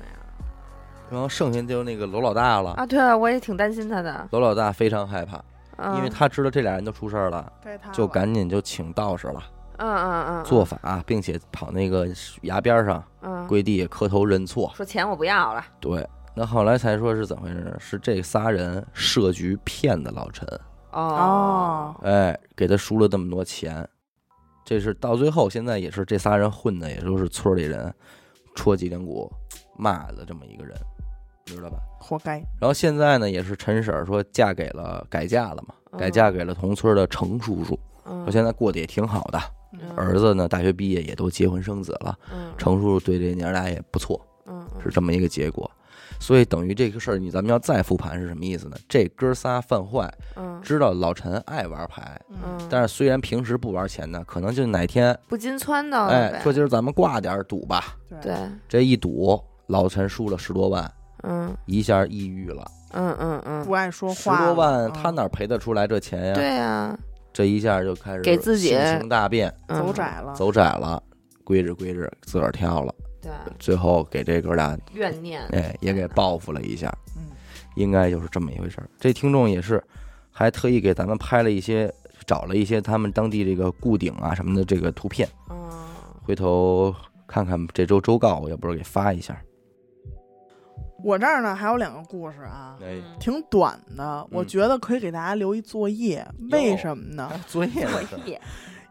Speaker 1: 然后剩下就那个娄老大了，
Speaker 3: 啊，对啊，我也挺担心他的，
Speaker 1: 娄老大非常害怕，
Speaker 3: 嗯
Speaker 1: 因为他知道这俩人都出事儿
Speaker 3: 啊
Speaker 1: 了，
Speaker 2: 该他
Speaker 1: 就赶紧就请道士了。
Speaker 3: 嗯嗯嗯
Speaker 1: 做法，啊并且跑那个崖边上
Speaker 3: 嗯
Speaker 1: 跪地磕头认错。
Speaker 3: 说钱我不要了，
Speaker 1: 对，那后来才说是怎么回事呢？是这仨人设局骗的老陈，
Speaker 3: 哦
Speaker 2: 哦，
Speaker 1: 哎，给他输了那么多钱。这是到最后，现在也是这仨人混的，也就是村里人戳脊梁骨骂的这么一个人，知道吧？
Speaker 2: 活该。
Speaker 1: 然后现在呢，也是陈婶儿说嫁给了改嫁了嘛，改嫁给了同村的程叔叔，
Speaker 3: 嗯，
Speaker 1: 说现在过得也挺好的，
Speaker 3: 嗯
Speaker 1: 儿子呢大学毕业也都结婚生子了，
Speaker 3: 嗯
Speaker 1: 程叔叔对这娘俩也不错，
Speaker 3: 嗯
Speaker 1: 是这么一个结果。所以等于这个事儿，你咱们要再复盘是什么意思呢？这哥仨犯坏，
Speaker 3: 嗯
Speaker 1: 知道老陈爱玩牌，
Speaker 2: 嗯，
Speaker 3: 嗯，
Speaker 1: 但是虽然平时不玩钱呢，可能就哪天，
Speaker 3: 不禁撺掇了
Speaker 1: 哎，
Speaker 3: 呗
Speaker 1: 说今儿咱们挂点儿赌吧。
Speaker 3: 对，，
Speaker 1: 这一赌，老陈输了十多万，
Speaker 3: 嗯
Speaker 1: 一下抑郁了。
Speaker 3: 嗯嗯
Speaker 2: 不
Speaker 3: 嗯，
Speaker 2: 爱说
Speaker 1: 十
Speaker 2: 话了。
Speaker 1: 多万，
Speaker 2: 嗯
Speaker 1: 他哪赔得出来这钱呀？
Speaker 3: 对呀，
Speaker 1: 这一下就开始
Speaker 3: 给自己
Speaker 1: 性情大变，
Speaker 3: 嗯
Speaker 2: 走窄了？
Speaker 1: 走窄了，规着规着自个儿跳了，
Speaker 3: 对
Speaker 1: 最后给这哥俩
Speaker 3: 怨念，
Speaker 1: 哎也给报复了一下。
Speaker 2: 嗯，
Speaker 1: 应该就是这么一回事儿。这听众也是，还特意给咱们拍了一些，找了一些他们当地这个固顶啊什么的这个图片，
Speaker 3: 嗯
Speaker 1: 回头看看这周周告，我要不是给发一下。
Speaker 2: 我这儿呢还有两个故事啊，
Speaker 1: 哎，
Speaker 3: 嗯
Speaker 2: 挺短的，我
Speaker 1: 嗯
Speaker 2: 觉得可以给大家留一作业。为什么呢？
Speaker 1: 作业呢
Speaker 3: 作业，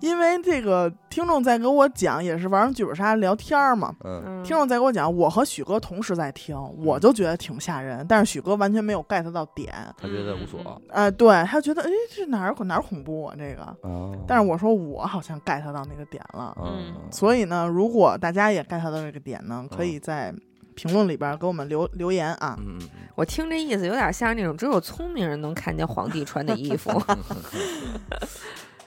Speaker 2: 因为这个听众在给我讲，也是玩上剧本杀聊天儿嘛。
Speaker 1: 嗯，
Speaker 2: 听众在给我讲，我和许哥同时在听，我就觉得挺吓人，但是许哥完全没有 get 到点。
Speaker 1: 他觉得无所啊、
Speaker 2: 呃，对他觉得，哎，这哪儿哪儿恐怖啊？这个，但是我说我好像 get 到那个点了，
Speaker 1: 嗯，
Speaker 2: 所以呢，如果大家也 get 到这个点呢，可以在评论里边儿给我们留留言啊。
Speaker 1: 嗯嗯
Speaker 3: 我听这意思有点像那种只有聪明人能看见皇帝穿的衣服。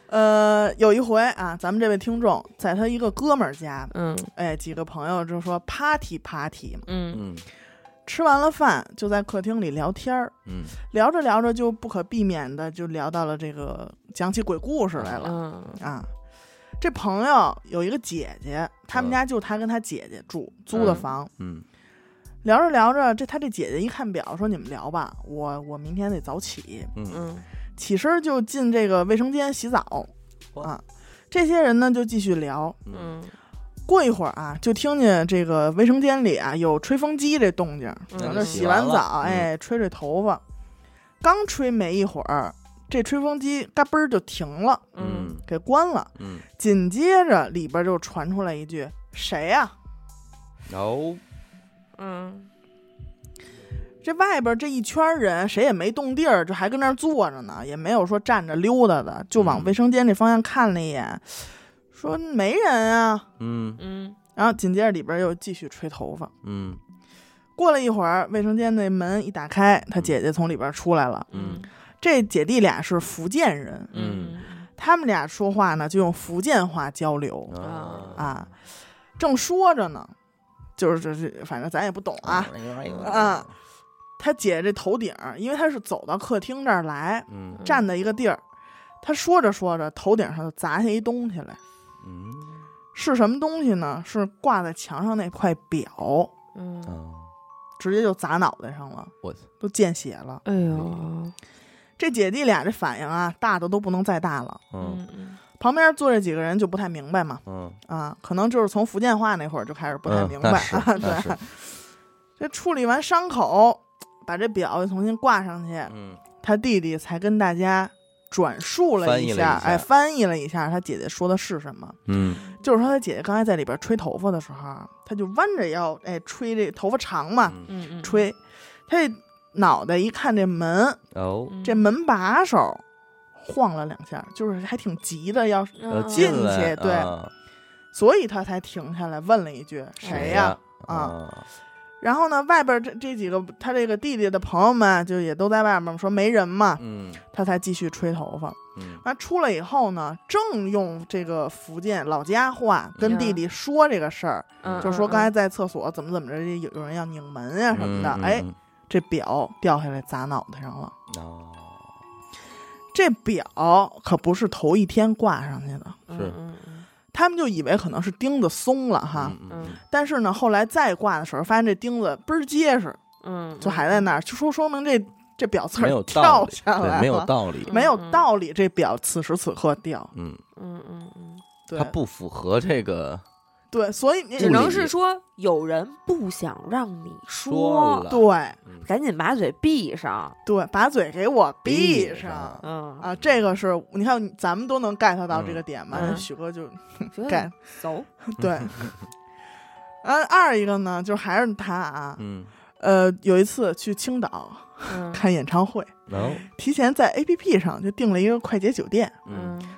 Speaker 2: 呃，有一回啊，咱们这位听众在他一个哥们儿家，
Speaker 3: 嗯
Speaker 2: 哎，几个朋友就说 party party 嘛，
Speaker 3: 嗯
Speaker 1: 嗯
Speaker 2: 吃完了饭就在客厅里聊天儿，
Speaker 1: 嗯
Speaker 2: 聊着聊着就不可避免的就聊到了这个讲起鬼故事来了。
Speaker 3: 嗯
Speaker 2: 啊，这朋友有一个姐姐，他
Speaker 1: 嗯
Speaker 2: 们家就他跟他姐姐住租的
Speaker 3: 嗯
Speaker 2: 房。
Speaker 1: 嗯
Speaker 2: 聊着聊着，这他这姐姐一看表，说：“你们聊吧，我我明天得早起。
Speaker 1: 嗯
Speaker 3: 嗯”
Speaker 2: 起身就进这个卫生间洗澡
Speaker 1: 嚯
Speaker 2: 啊。这些人呢就继续聊，
Speaker 1: 嗯，
Speaker 3: 嗯
Speaker 2: 过一会儿啊，就听见这个卫生间里啊有吹风机这动静，
Speaker 3: 嗯
Speaker 2: 可
Speaker 1: 那
Speaker 2: 能
Speaker 1: 就
Speaker 2: 洗
Speaker 1: 洗
Speaker 2: 完
Speaker 1: 完了
Speaker 2: 澡，
Speaker 1: 嗯
Speaker 2: 哎，吹吹头发，刚吹没一会儿，这吹风机嘎嘣儿就停了，
Speaker 3: 嗯，
Speaker 2: 给关了。
Speaker 1: 嗯，
Speaker 2: 紧接着里边就传出来一句：“谁呀、
Speaker 1: 然后
Speaker 3: 嗯
Speaker 2: 这外边这一圈人谁也没动地儿，就还跟那儿坐着呢，也没有说站着溜达的，就往
Speaker 1: 嗯
Speaker 2: 卫生间这方向看了一眼，说没人啊。
Speaker 1: 嗯
Speaker 3: 嗯
Speaker 2: 然后紧接着里边又继续吹头发。
Speaker 1: 嗯
Speaker 2: 过了一会儿，卫生间那门一打开，他
Speaker 1: 嗯
Speaker 2: 姐姐从里边出来了。
Speaker 1: 嗯
Speaker 2: 这姐弟俩是福建人，
Speaker 3: 嗯
Speaker 2: 他们俩说话呢就用福建话交流啊。正说着呢，就是这这，反正咱也不懂啊。
Speaker 1: 啊
Speaker 2: 他姐这头顶儿，因为他是走到客厅这儿来，
Speaker 1: 嗯
Speaker 2: 站的一个地儿。他说着说着，头顶上就砸下一东西来，
Speaker 1: 嗯
Speaker 2: 是什么东西呢？是挂在墙上那块表，
Speaker 3: 嗯，
Speaker 1: 啊，
Speaker 2: 直接就砸脑袋上了，
Speaker 1: 我
Speaker 2: 都见血了。
Speaker 3: 哎呦，
Speaker 2: 这姐弟俩这反应啊，大的都不能再大了。
Speaker 1: 嗯
Speaker 3: 嗯
Speaker 2: 旁边坐这几个人就不太明白嘛，
Speaker 1: 嗯，
Speaker 2: 啊，可能就是从福建话那会儿就开始不太
Speaker 1: 嗯
Speaker 2: 明白
Speaker 1: 那
Speaker 2: 啊。
Speaker 1: 是那是
Speaker 2: 对，这处理完伤口，把这表又重新挂上去，
Speaker 1: 嗯
Speaker 2: 他弟弟才跟大家转述了
Speaker 1: 翻
Speaker 2: 一
Speaker 1: 译
Speaker 2: 下，
Speaker 1: 了一下
Speaker 2: 哎，翻译了一下他姐姐说的是什么。
Speaker 1: 嗯
Speaker 2: 就是说他姐姐刚才在里边吹头发的时候，啊他就弯着腰，哎，吹这头发长嘛，
Speaker 1: 嗯
Speaker 3: 嗯嗯，
Speaker 2: 吹，他这脑袋一看这门，
Speaker 1: 哦，
Speaker 3: 嗯
Speaker 2: 这门把手晃了两下，就是还挺急的要，
Speaker 1: 要
Speaker 3: 嗯
Speaker 2: 进
Speaker 1: 呃进来
Speaker 2: 去对
Speaker 1: 啊
Speaker 2: 所以他才停下来问了一句
Speaker 1: 谁
Speaker 2: 谁呀、
Speaker 1: 啊？
Speaker 2: 然后呢，外边这这几个他这个弟弟的朋友们就也都在外面说没人嘛，
Speaker 1: 嗯
Speaker 2: 他才继续吹头发。
Speaker 1: 嗯
Speaker 2: 完出来以后呢，正用这个福建老家话跟
Speaker 3: 嗯
Speaker 2: 弟弟说这个事儿，
Speaker 3: 嗯
Speaker 2: 就说刚才在厕所怎么怎么着，有有人要拧门呀、什么的。
Speaker 1: 嗯
Speaker 2: 哎，
Speaker 1: 嗯
Speaker 2: 这表掉下来砸脑袋上了。
Speaker 1: 嗯哦，
Speaker 2: 这表可不是头一天挂上去的，
Speaker 3: 嗯
Speaker 1: 是
Speaker 3: 嗯嗯
Speaker 2: 他们就以为可能是钉子松了哈。
Speaker 1: 嗯嗯
Speaker 3: 嗯
Speaker 2: 但是呢，后来再挂的时候，发现这钉子倍儿结实，
Speaker 3: 嗯，
Speaker 2: 就还在那儿，就说说明这这表刺
Speaker 1: 没
Speaker 2: 儿
Speaker 1: 有道
Speaker 2: 掉
Speaker 1: 理，
Speaker 2: 下来
Speaker 1: 对，
Speaker 2: 了，
Speaker 1: 没有道理，
Speaker 2: 没有道理这表此时此刻掉，
Speaker 1: 嗯，
Speaker 3: 嗯嗯嗯，
Speaker 2: 对
Speaker 1: 它不符合这个
Speaker 2: 对，所以你
Speaker 3: 只
Speaker 1: 物
Speaker 3: 能
Speaker 1: 理
Speaker 3: 是说有人不想让你
Speaker 1: 说
Speaker 3: 说，
Speaker 1: 了，
Speaker 2: 对
Speaker 1: 嗯
Speaker 3: 赶紧把嘴闭上。
Speaker 2: 对，把嘴给我闭
Speaker 1: 闭上
Speaker 3: 嗯
Speaker 2: 啊！这个是你看，咱们都能 get 到这个点嘛？
Speaker 3: 嗯嗯
Speaker 2: 许哥就
Speaker 3: 觉得
Speaker 2: get
Speaker 3: 走，
Speaker 2: 对。呃，二一个呢，就是还是他啊，
Speaker 1: 嗯，
Speaker 2: 呃，有一次去青岛
Speaker 3: 嗯
Speaker 2: 看演唱会，
Speaker 1: 然后
Speaker 2: 提前在 A P P 上就订了一个快捷酒店，
Speaker 1: 嗯
Speaker 3: 嗯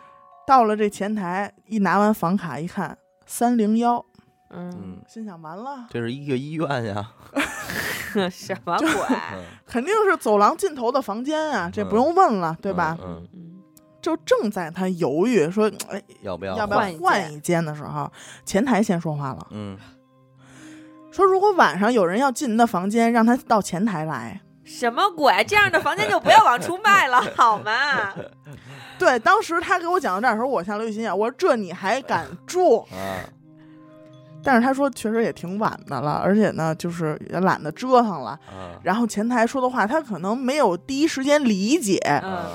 Speaker 2: 到了这前台一拿完房卡一看三零幺，
Speaker 3: 嗯
Speaker 1: 嗯，
Speaker 2: 心想完了，
Speaker 1: 这是一个医院呀，
Speaker 3: 嗯 什 么
Speaker 2: 啊哎
Speaker 3: 鬼？
Speaker 1: 嗯
Speaker 2: 肯定是走廊尽头的房间啊，这不用问了，对吧？
Speaker 1: 嗯，
Speaker 3: 嗯
Speaker 2: 就正在他犹豫说，哎，
Speaker 1: 要不要
Speaker 2: 要不
Speaker 1: 换
Speaker 2: 要
Speaker 3: 一
Speaker 2: 换
Speaker 3: 间
Speaker 2: 一间的时候，前台先说话了，
Speaker 1: 嗯，
Speaker 2: 说如果晚上有人要进您的房间，让他到前台来。
Speaker 3: 什么鬼？这样的房间就不要往 出卖了，好吗？
Speaker 2: 对，当时他给我讲到这儿的时候，我像刘雨欣一样，我说这你还敢住？
Speaker 1: 啊，
Speaker 2: 但是他说确实也挺晚的了，而且呢，就是也懒得折腾了。
Speaker 1: 啊
Speaker 2: 然后前台说的话，他可能没有第一时间理解，
Speaker 3: 嗯
Speaker 1: 啊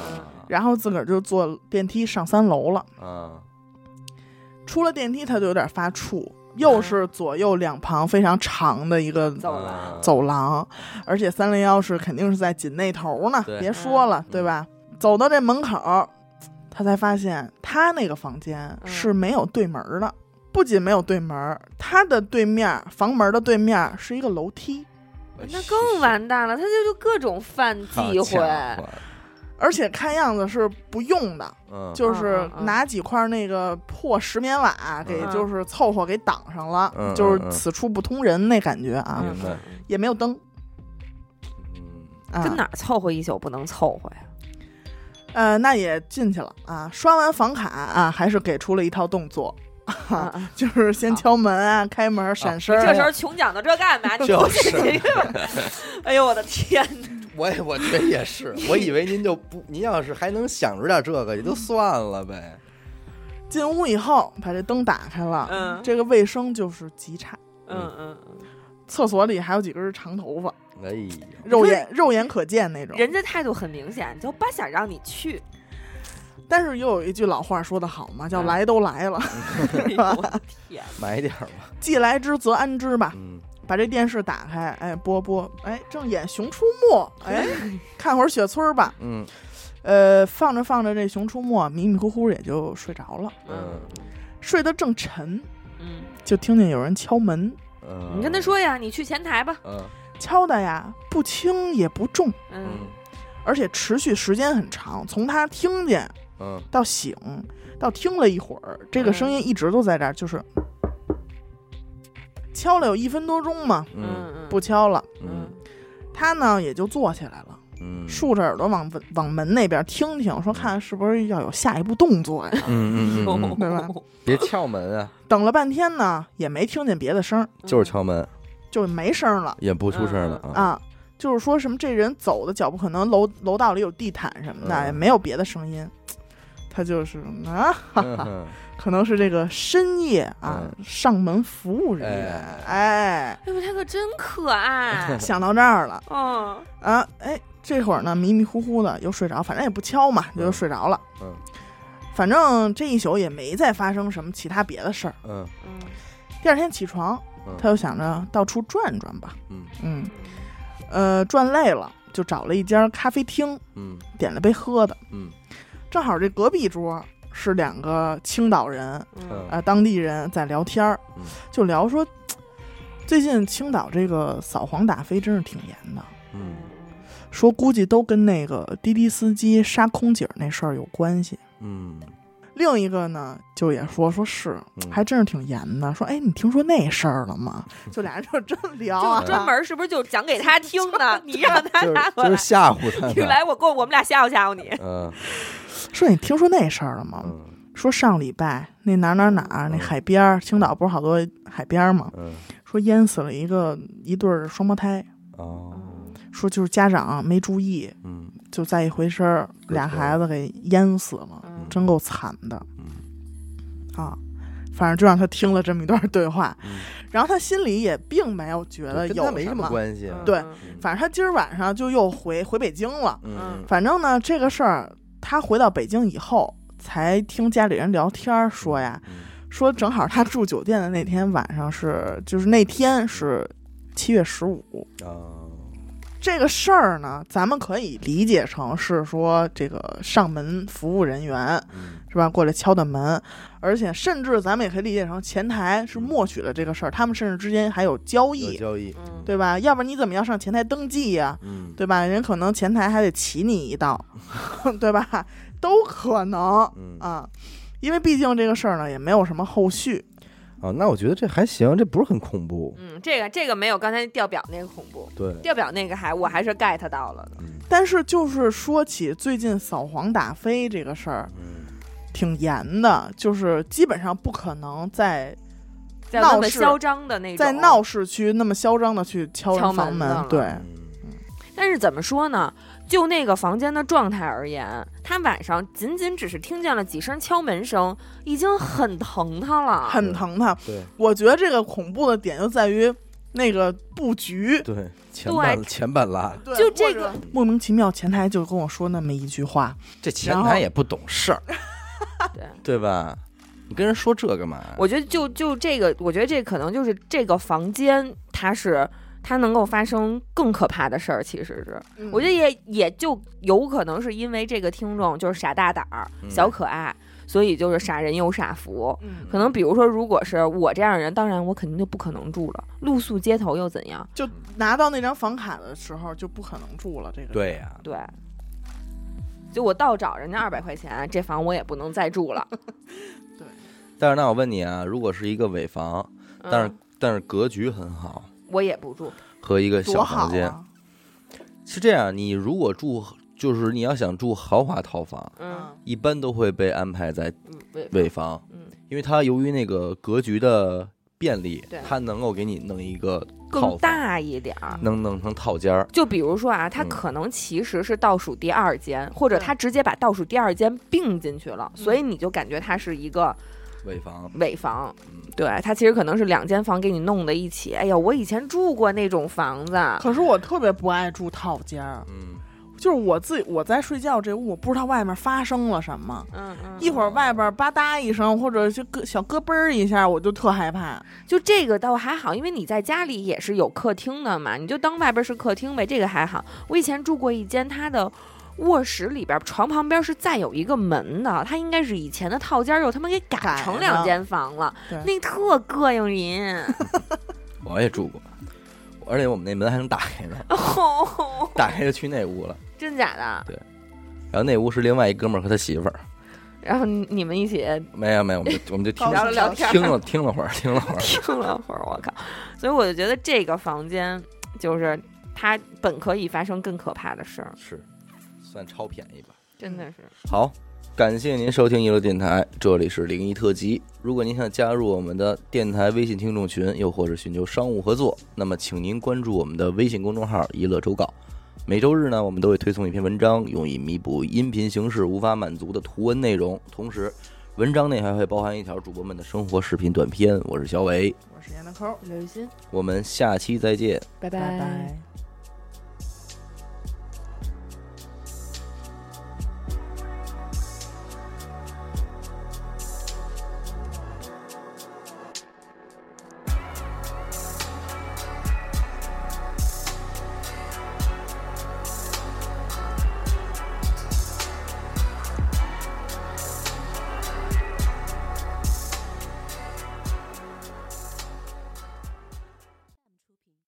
Speaker 2: 然后自个儿就坐电梯上三楼了。
Speaker 1: 啊，
Speaker 2: 出了电梯，他就有点发怵，又是左右两旁非常长的一个
Speaker 3: 走
Speaker 1: 嗯啊
Speaker 3: 了，
Speaker 2: 走廊，而且三零幺是肯定是在紧那头呢，
Speaker 1: 对
Speaker 2: 别说了，
Speaker 1: 嗯
Speaker 2: 对吧？走到这门口，他才发现他那个房间
Speaker 1: 嗯
Speaker 2: 是没有对门的，不仅没有对门，他的对面房门的对面是一个楼梯，
Speaker 3: 那更完蛋了，他这就各种犯
Speaker 1: 好
Speaker 3: 忌讳，
Speaker 1: 家伙
Speaker 2: 而且看样子是不用的，
Speaker 1: 嗯，
Speaker 2: 就是
Speaker 3: 嗯嗯
Speaker 2: 拿几块那个破石棉瓦给
Speaker 3: 嗯
Speaker 2: 就是凑合给挡上了，
Speaker 1: 嗯嗯
Speaker 2: 就是此处不通人那感觉啊，
Speaker 1: 明白
Speaker 3: 嗯
Speaker 2: 也没有灯。
Speaker 1: 嗯
Speaker 2: 啊、
Speaker 3: 跟哪儿凑合一宿不能凑合呀？
Speaker 2: 呃，那也进去了啊。刷完房卡啊，还是给出了一套动作，
Speaker 3: 啊啊
Speaker 2: 就是先敲门啊、开门、闪身儿。
Speaker 3: 这 时候穷讲到这干嘛？你
Speaker 1: 就
Speaker 3: 不
Speaker 1: 是
Speaker 3: 进去吧 哎呦我的天哪！
Speaker 1: 我也我觉得也是，我以为您就不，您要是还能想着点这个，也就算了呗。
Speaker 2: 进屋以后，把这灯打开了，
Speaker 3: 嗯
Speaker 2: 这个卫生就是极差。
Speaker 3: 嗯嗯嗯，
Speaker 2: 厕所里还有几根长头发，
Speaker 1: 哎呀，
Speaker 2: 肉眼肉眼可见那种。
Speaker 3: 嗯人家态度很明显，就不想让你 去。
Speaker 2: 但是又有一句老话说得好嘛，叫“
Speaker 3: 嗯
Speaker 2: 来都来了，
Speaker 3: 哎呦我的天！
Speaker 1: 买点儿吧。
Speaker 2: 既来之则安之”吧。
Speaker 1: 嗯，
Speaker 2: 把这电视打开，哎，播播，哎，正演《熊出没》， 哎，看会儿雪村儿吧。
Speaker 1: 嗯
Speaker 2: 呃，放着放着，这《熊出没》迷迷糊糊也就睡着了。
Speaker 1: 嗯
Speaker 2: 睡得正沉，
Speaker 3: 嗯，
Speaker 2: 就听见有人敲门，
Speaker 1: 嗯，
Speaker 3: 你跟他，说呀，你去前台吧。
Speaker 1: 嗯
Speaker 2: 敲的呀不轻也不重，
Speaker 1: 嗯
Speaker 3: 嗯
Speaker 2: 而且持续时间很长，从他听见
Speaker 1: 嗯，
Speaker 2: 到醒，到听了一会儿，这个声音一直都在这儿，就是敲了有一分多钟嘛，
Speaker 1: 嗯
Speaker 3: 嗯
Speaker 2: 不敲了，
Speaker 1: 嗯
Speaker 3: 嗯
Speaker 2: 他呢也就坐起来了，
Speaker 1: 嗯，
Speaker 2: 竖着耳朵往往门那边听听，说看是不是要有下一步动作呀？
Speaker 1: 嗯嗯嗯嗯，
Speaker 2: 对吧
Speaker 1: 别敲门啊，
Speaker 2: 等了半天呢，也没听见别的声儿，
Speaker 3: 嗯
Speaker 1: 就是敲门，
Speaker 2: 就没声儿了。
Speaker 1: 也不出声了啊。
Speaker 2: 啊，就是说什么这人走的脚步可能楼楼道里有地毯什么的，
Speaker 1: 嗯
Speaker 2: 也没有别的声音。他就是啊，
Speaker 1: 嗯哼
Speaker 2: 可能是这个深夜啊、
Speaker 1: 嗯
Speaker 2: 上门服务人员，哎，。
Speaker 3: 哎呦，他可真可爱
Speaker 2: 想到这儿了哦
Speaker 3: 嗯
Speaker 2: 啊，哎，这会儿呢迷迷糊糊的又睡着，反正也不敲嘛，就
Speaker 1: 嗯
Speaker 2: 又睡着了。
Speaker 1: 嗯，
Speaker 2: 反正这一宿也没再发生什么其他别的事儿。
Speaker 1: 嗯
Speaker 3: 嗯
Speaker 2: 第二天起床
Speaker 1: 嗯，
Speaker 2: 他就想着到处转转吧。
Speaker 1: 嗯
Speaker 2: 嗯，呃，转累了就找了一家咖啡厅，
Speaker 1: 嗯
Speaker 2: 点了杯喝的。
Speaker 1: 嗯
Speaker 2: 正好这隔壁桌是两个青岛人，
Speaker 3: 嗯
Speaker 2: 啊，当地人在聊天儿
Speaker 1: 嗯，
Speaker 2: 就聊说，嘖最近青岛这个扫黄打非真是挺严的，
Speaker 1: 嗯
Speaker 2: 说估计都跟那个滴滴司机杀空姐儿那事儿有关系。
Speaker 1: 嗯
Speaker 2: 另一个呢，就也说说是，
Speaker 1: 嗯，
Speaker 2: 还真是挺严的。说，哎，你听说那事儿 了吗？就俩人就真聊啊，
Speaker 3: 就专门是不是就讲给他听 呢？你让他
Speaker 1: 就是
Speaker 3: 拿过
Speaker 1: 就是
Speaker 3: 来，
Speaker 1: 吓唬 他
Speaker 3: 你
Speaker 1: 呢，
Speaker 3: 哎来我过，我们俩吓唬吓唬你。
Speaker 1: 嗯
Speaker 2: 说你听说那事儿了吗？
Speaker 1: 嗯
Speaker 2: 说上礼拜那哪儿哪儿哪儿那
Speaker 1: 嗯
Speaker 2: 海边儿，青岛不是好多海边儿吗？
Speaker 1: 嗯
Speaker 2: 说淹死了一个一对儿双胞胎，
Speaker 1: 哦
Speaker 2: 说就是家长没注意，
Speaker 1: 嗯
Speaker 2: 就再一回身儿，
Speaker 1: 对
Speaker 2: 俩孩子给淹死了，
Speaker 3: 嗯
Speaker 2: 真够惨的
Speaker 1: 嗯
Speaker 2: 啊！反正就让他听了这么一段对话，
Speaker 1: 嗯，
Speaker 2: 然后他心里也并没有觉得
Speaker 1: 跟
Speaker 2: 有
Speaker 1: 他没什么
Speaker 2: 么。
Speaker 1: 关系，
Speaker 2: 对
Speaker 1: 嗯
Speaker 2: 反正他今儿晚上就又回回北京了。
Speaker 1: 嗯
Speaker 2: 反正呢，这个事儿他回到北京以后，才听家里人聊天儿说呀，
Speaker 1: 嗯
Speaker 2: 说正好他住酒店的那天晚上是，就是那天是七月十五。
Speaker 1: 哦
Speaker 2: 这个事儿呢，咱们可以理解成是说这个上门服务人员
Speaker 1: 嗯
Speaker 2: 是吧？过来敲的门，而且甚至咱们也可以理解成前台是默许了这个事儿，他们甚至之间还有
Speaker 1: 嗯
Speaker 2: 交
Speaker 1: 有
Speaker 2: 易，
Speaker 1: 交易
Speaker 3: 嗯
Speaker 2: 对吧？要不然你怎么要上前台登记呀、
Speaker 1: 嗯
Speaker 2: 对吧？人可能前台还得骑你一道， 对吧？都可能
Speaker 1: 嗯
Speaker 2: 啊，因为毕竟这个事儿呢也没有什么后续，
Speaker 1: 啊，那我觉得这还行，这不是很恐怖，
Speaker 3: 嗯，这个这个没有刚才调表那个恐怖，
Speaker 1: 对，
Speaker 3: 调表那个还我还是 get 到了的。
Speaker 1: 嗯
Speaker 2: 但是就是说起最近扫黄打非这个事儿
Speaker 1: 嗯
Speaker 2: 挺严的，就是基本上不可能在
Speaker 3: 在那
Speaker 2: 闹
Speaker 3: 么
Speaker 2: 事
Speaker 3: 嚣张的那种，
Speaker 2: 在闹市区那么嚣张的去敲
Speaker 3: 敲
Speaker 2: 人房
Speaker 3: 门的了
Speaker 2: 门，对，
Speaker 1: 嗯
Speaker 3: 但是怎么说呢？就那个房间的状态而言，他晚上仅仅只是听见了几声敲门声，已经很疼他了。
Speaker 2: 很疼他。
Speaker 1: 啊对
Speaker 2: 我觉得这个恐怖的点就在于那个布局，
Speaker 1: 对，前半前半拉，
Speaker 2: 对
Speaker 3: 就这个
Speaker 2: 或者莫名其妙，前台就跟我说那么一句话，
Speaker 1: 这前
Speaker 2: 然后
Speaker 1: 台也不懂事儿，
Speaker 3: 对，
Speaker 1: 对吧？你跟人说这干嘛呀？
Speaker 3: 我觉得就就这个，我觉得这可能就是这个房间，它是它能够发生更可怕的事儿。其实是，
Speaker 1: 嗯
Speaker 3: 我觉得也也就有可能是因为这个听众就是傻大胆儿、
Speaker 1: 嗯
Speaker 3: 小可爱，所以就是傻人有傻福。
Speaker 2: 嗯
Speaker 3: 可能比如说，如果是我这样的人，当然我肯定就不可能住了，露宿街头又怎样？
Speaker 2: 就拿到那张房卡的时候就不可能住了，这个
Speaker 1: 对呀，
Speaker 3: 对，就我倒找人家二百块钱，这房我也不能再住了。
Speaker 1: 但是那我问你啊，如果是一个尾房，
Speaker 3: 嗯
Speaker 1: 但是、但是格局很好，
Speaker 3: 我也不住，
Speaker 1: 和一个
Speaker 2: 多
Speaker 1: 小
Speaker 2: 好
Speaker 1: 房间、
Speaker 2: 啊！
Speaker 1: 是这样，你如果住就是你要想住豪华套房，
Speaker 3: 嗯，
Speaker 1: 一般都会被安排在
Speaker 3: 嗯，我也不
Speaker 1: 尾房，
Speaker 3: 嗯，
Speaker 1: 啊因为它由于那个格局的便利
Speaker 3: 对，
Speaker 1: 它能够给你弄一个套
Speaker 3: 更
Speaker 1: 房，
Speaker 3: 大一点儿。
Speaker 1: 能弄成套间儿。
Speaker 3: 就比如说啊，它
Speaker 1: 嗯
Speaker 3: 可能其实是倒数第二间，或者
Speaker 2: 对嗯
Speaker 3: 它直接把倒数第二间并进去了，所以你就感觉它是一个
Speaker 1: 尾房，
Speaker 3: 尾房
Speaker 1: 嗯。
Speaker 3: 对，它其实可能是两间房给你弄在一起。哎呀，我以前住过那种房子，
Speaker 2: 可是我特别不爱住套间儿，
Speaker 1: 嗯，
Speaker 2: 就是我自己我在睡觉这屋，我不知道外面发生了什么，
Speaker 3: 嗯嗯，
Speaker 2: 一会儿外边吧嗒一声，或者就咯小咯嘣儿一下，我就特害怕。
Speaker 3: 就这个倒还好，因为你在家里也是有客厅的嘛，你就当外边是客厅呗，这个还好。我以前住过一间，它的卧室里边床旁边是再有一个门的，它应该是以前的套间儿又他妈给改
Speaker 2: 改
Speaker 3: 成
Speaker 2: 了
Speaker 3: 两间房了
Speaker 2: 对，
Speaker 3: 那特膈应人。
Speaker 1: 我也住过，而且我们那门还能打开呢，
Speaker 3: 哦，
Speaker 1: 打开就去那屋了。
Speaker 3: 真假的？
Speaker 1: 然后那屋是另外一哥们儿和他媳妇儿，
Speaker 3: 然后你你们一起
Speaker 1: 没有没有，我们就我们就听
Speaker 3: 聊了聊天儿，
Speaker 1: 听了听了会儿，听了会儿，
Speaker 3: 听了会儿，我靠！所以我就觉得这个房间就是它本可以发生更可怕的事儿，
Speaker 1: 是算超便宜吧。
Speaker 3: 真的是。
Speaker 1: 好，感谢您收听一路电台，这里是灵异特辑。如果您想加入我们的电台微信听众群，又或者寻求商务合作，那么请您关注我们的微信公众号“一乐周告”。每周日呢，我们都会推送一篇文章，用以弥补音频形式无法满足的图文内容。同时，文章内还会包含一条主播们的生活视频短片。我是小伟，
Speaker 2: 我是闫德抠儿，
Speaker 3: 刘雨欣，
Speaker 1: 我们下期再见。
Speaker 3: 拜
Speaker 2: 拜拜。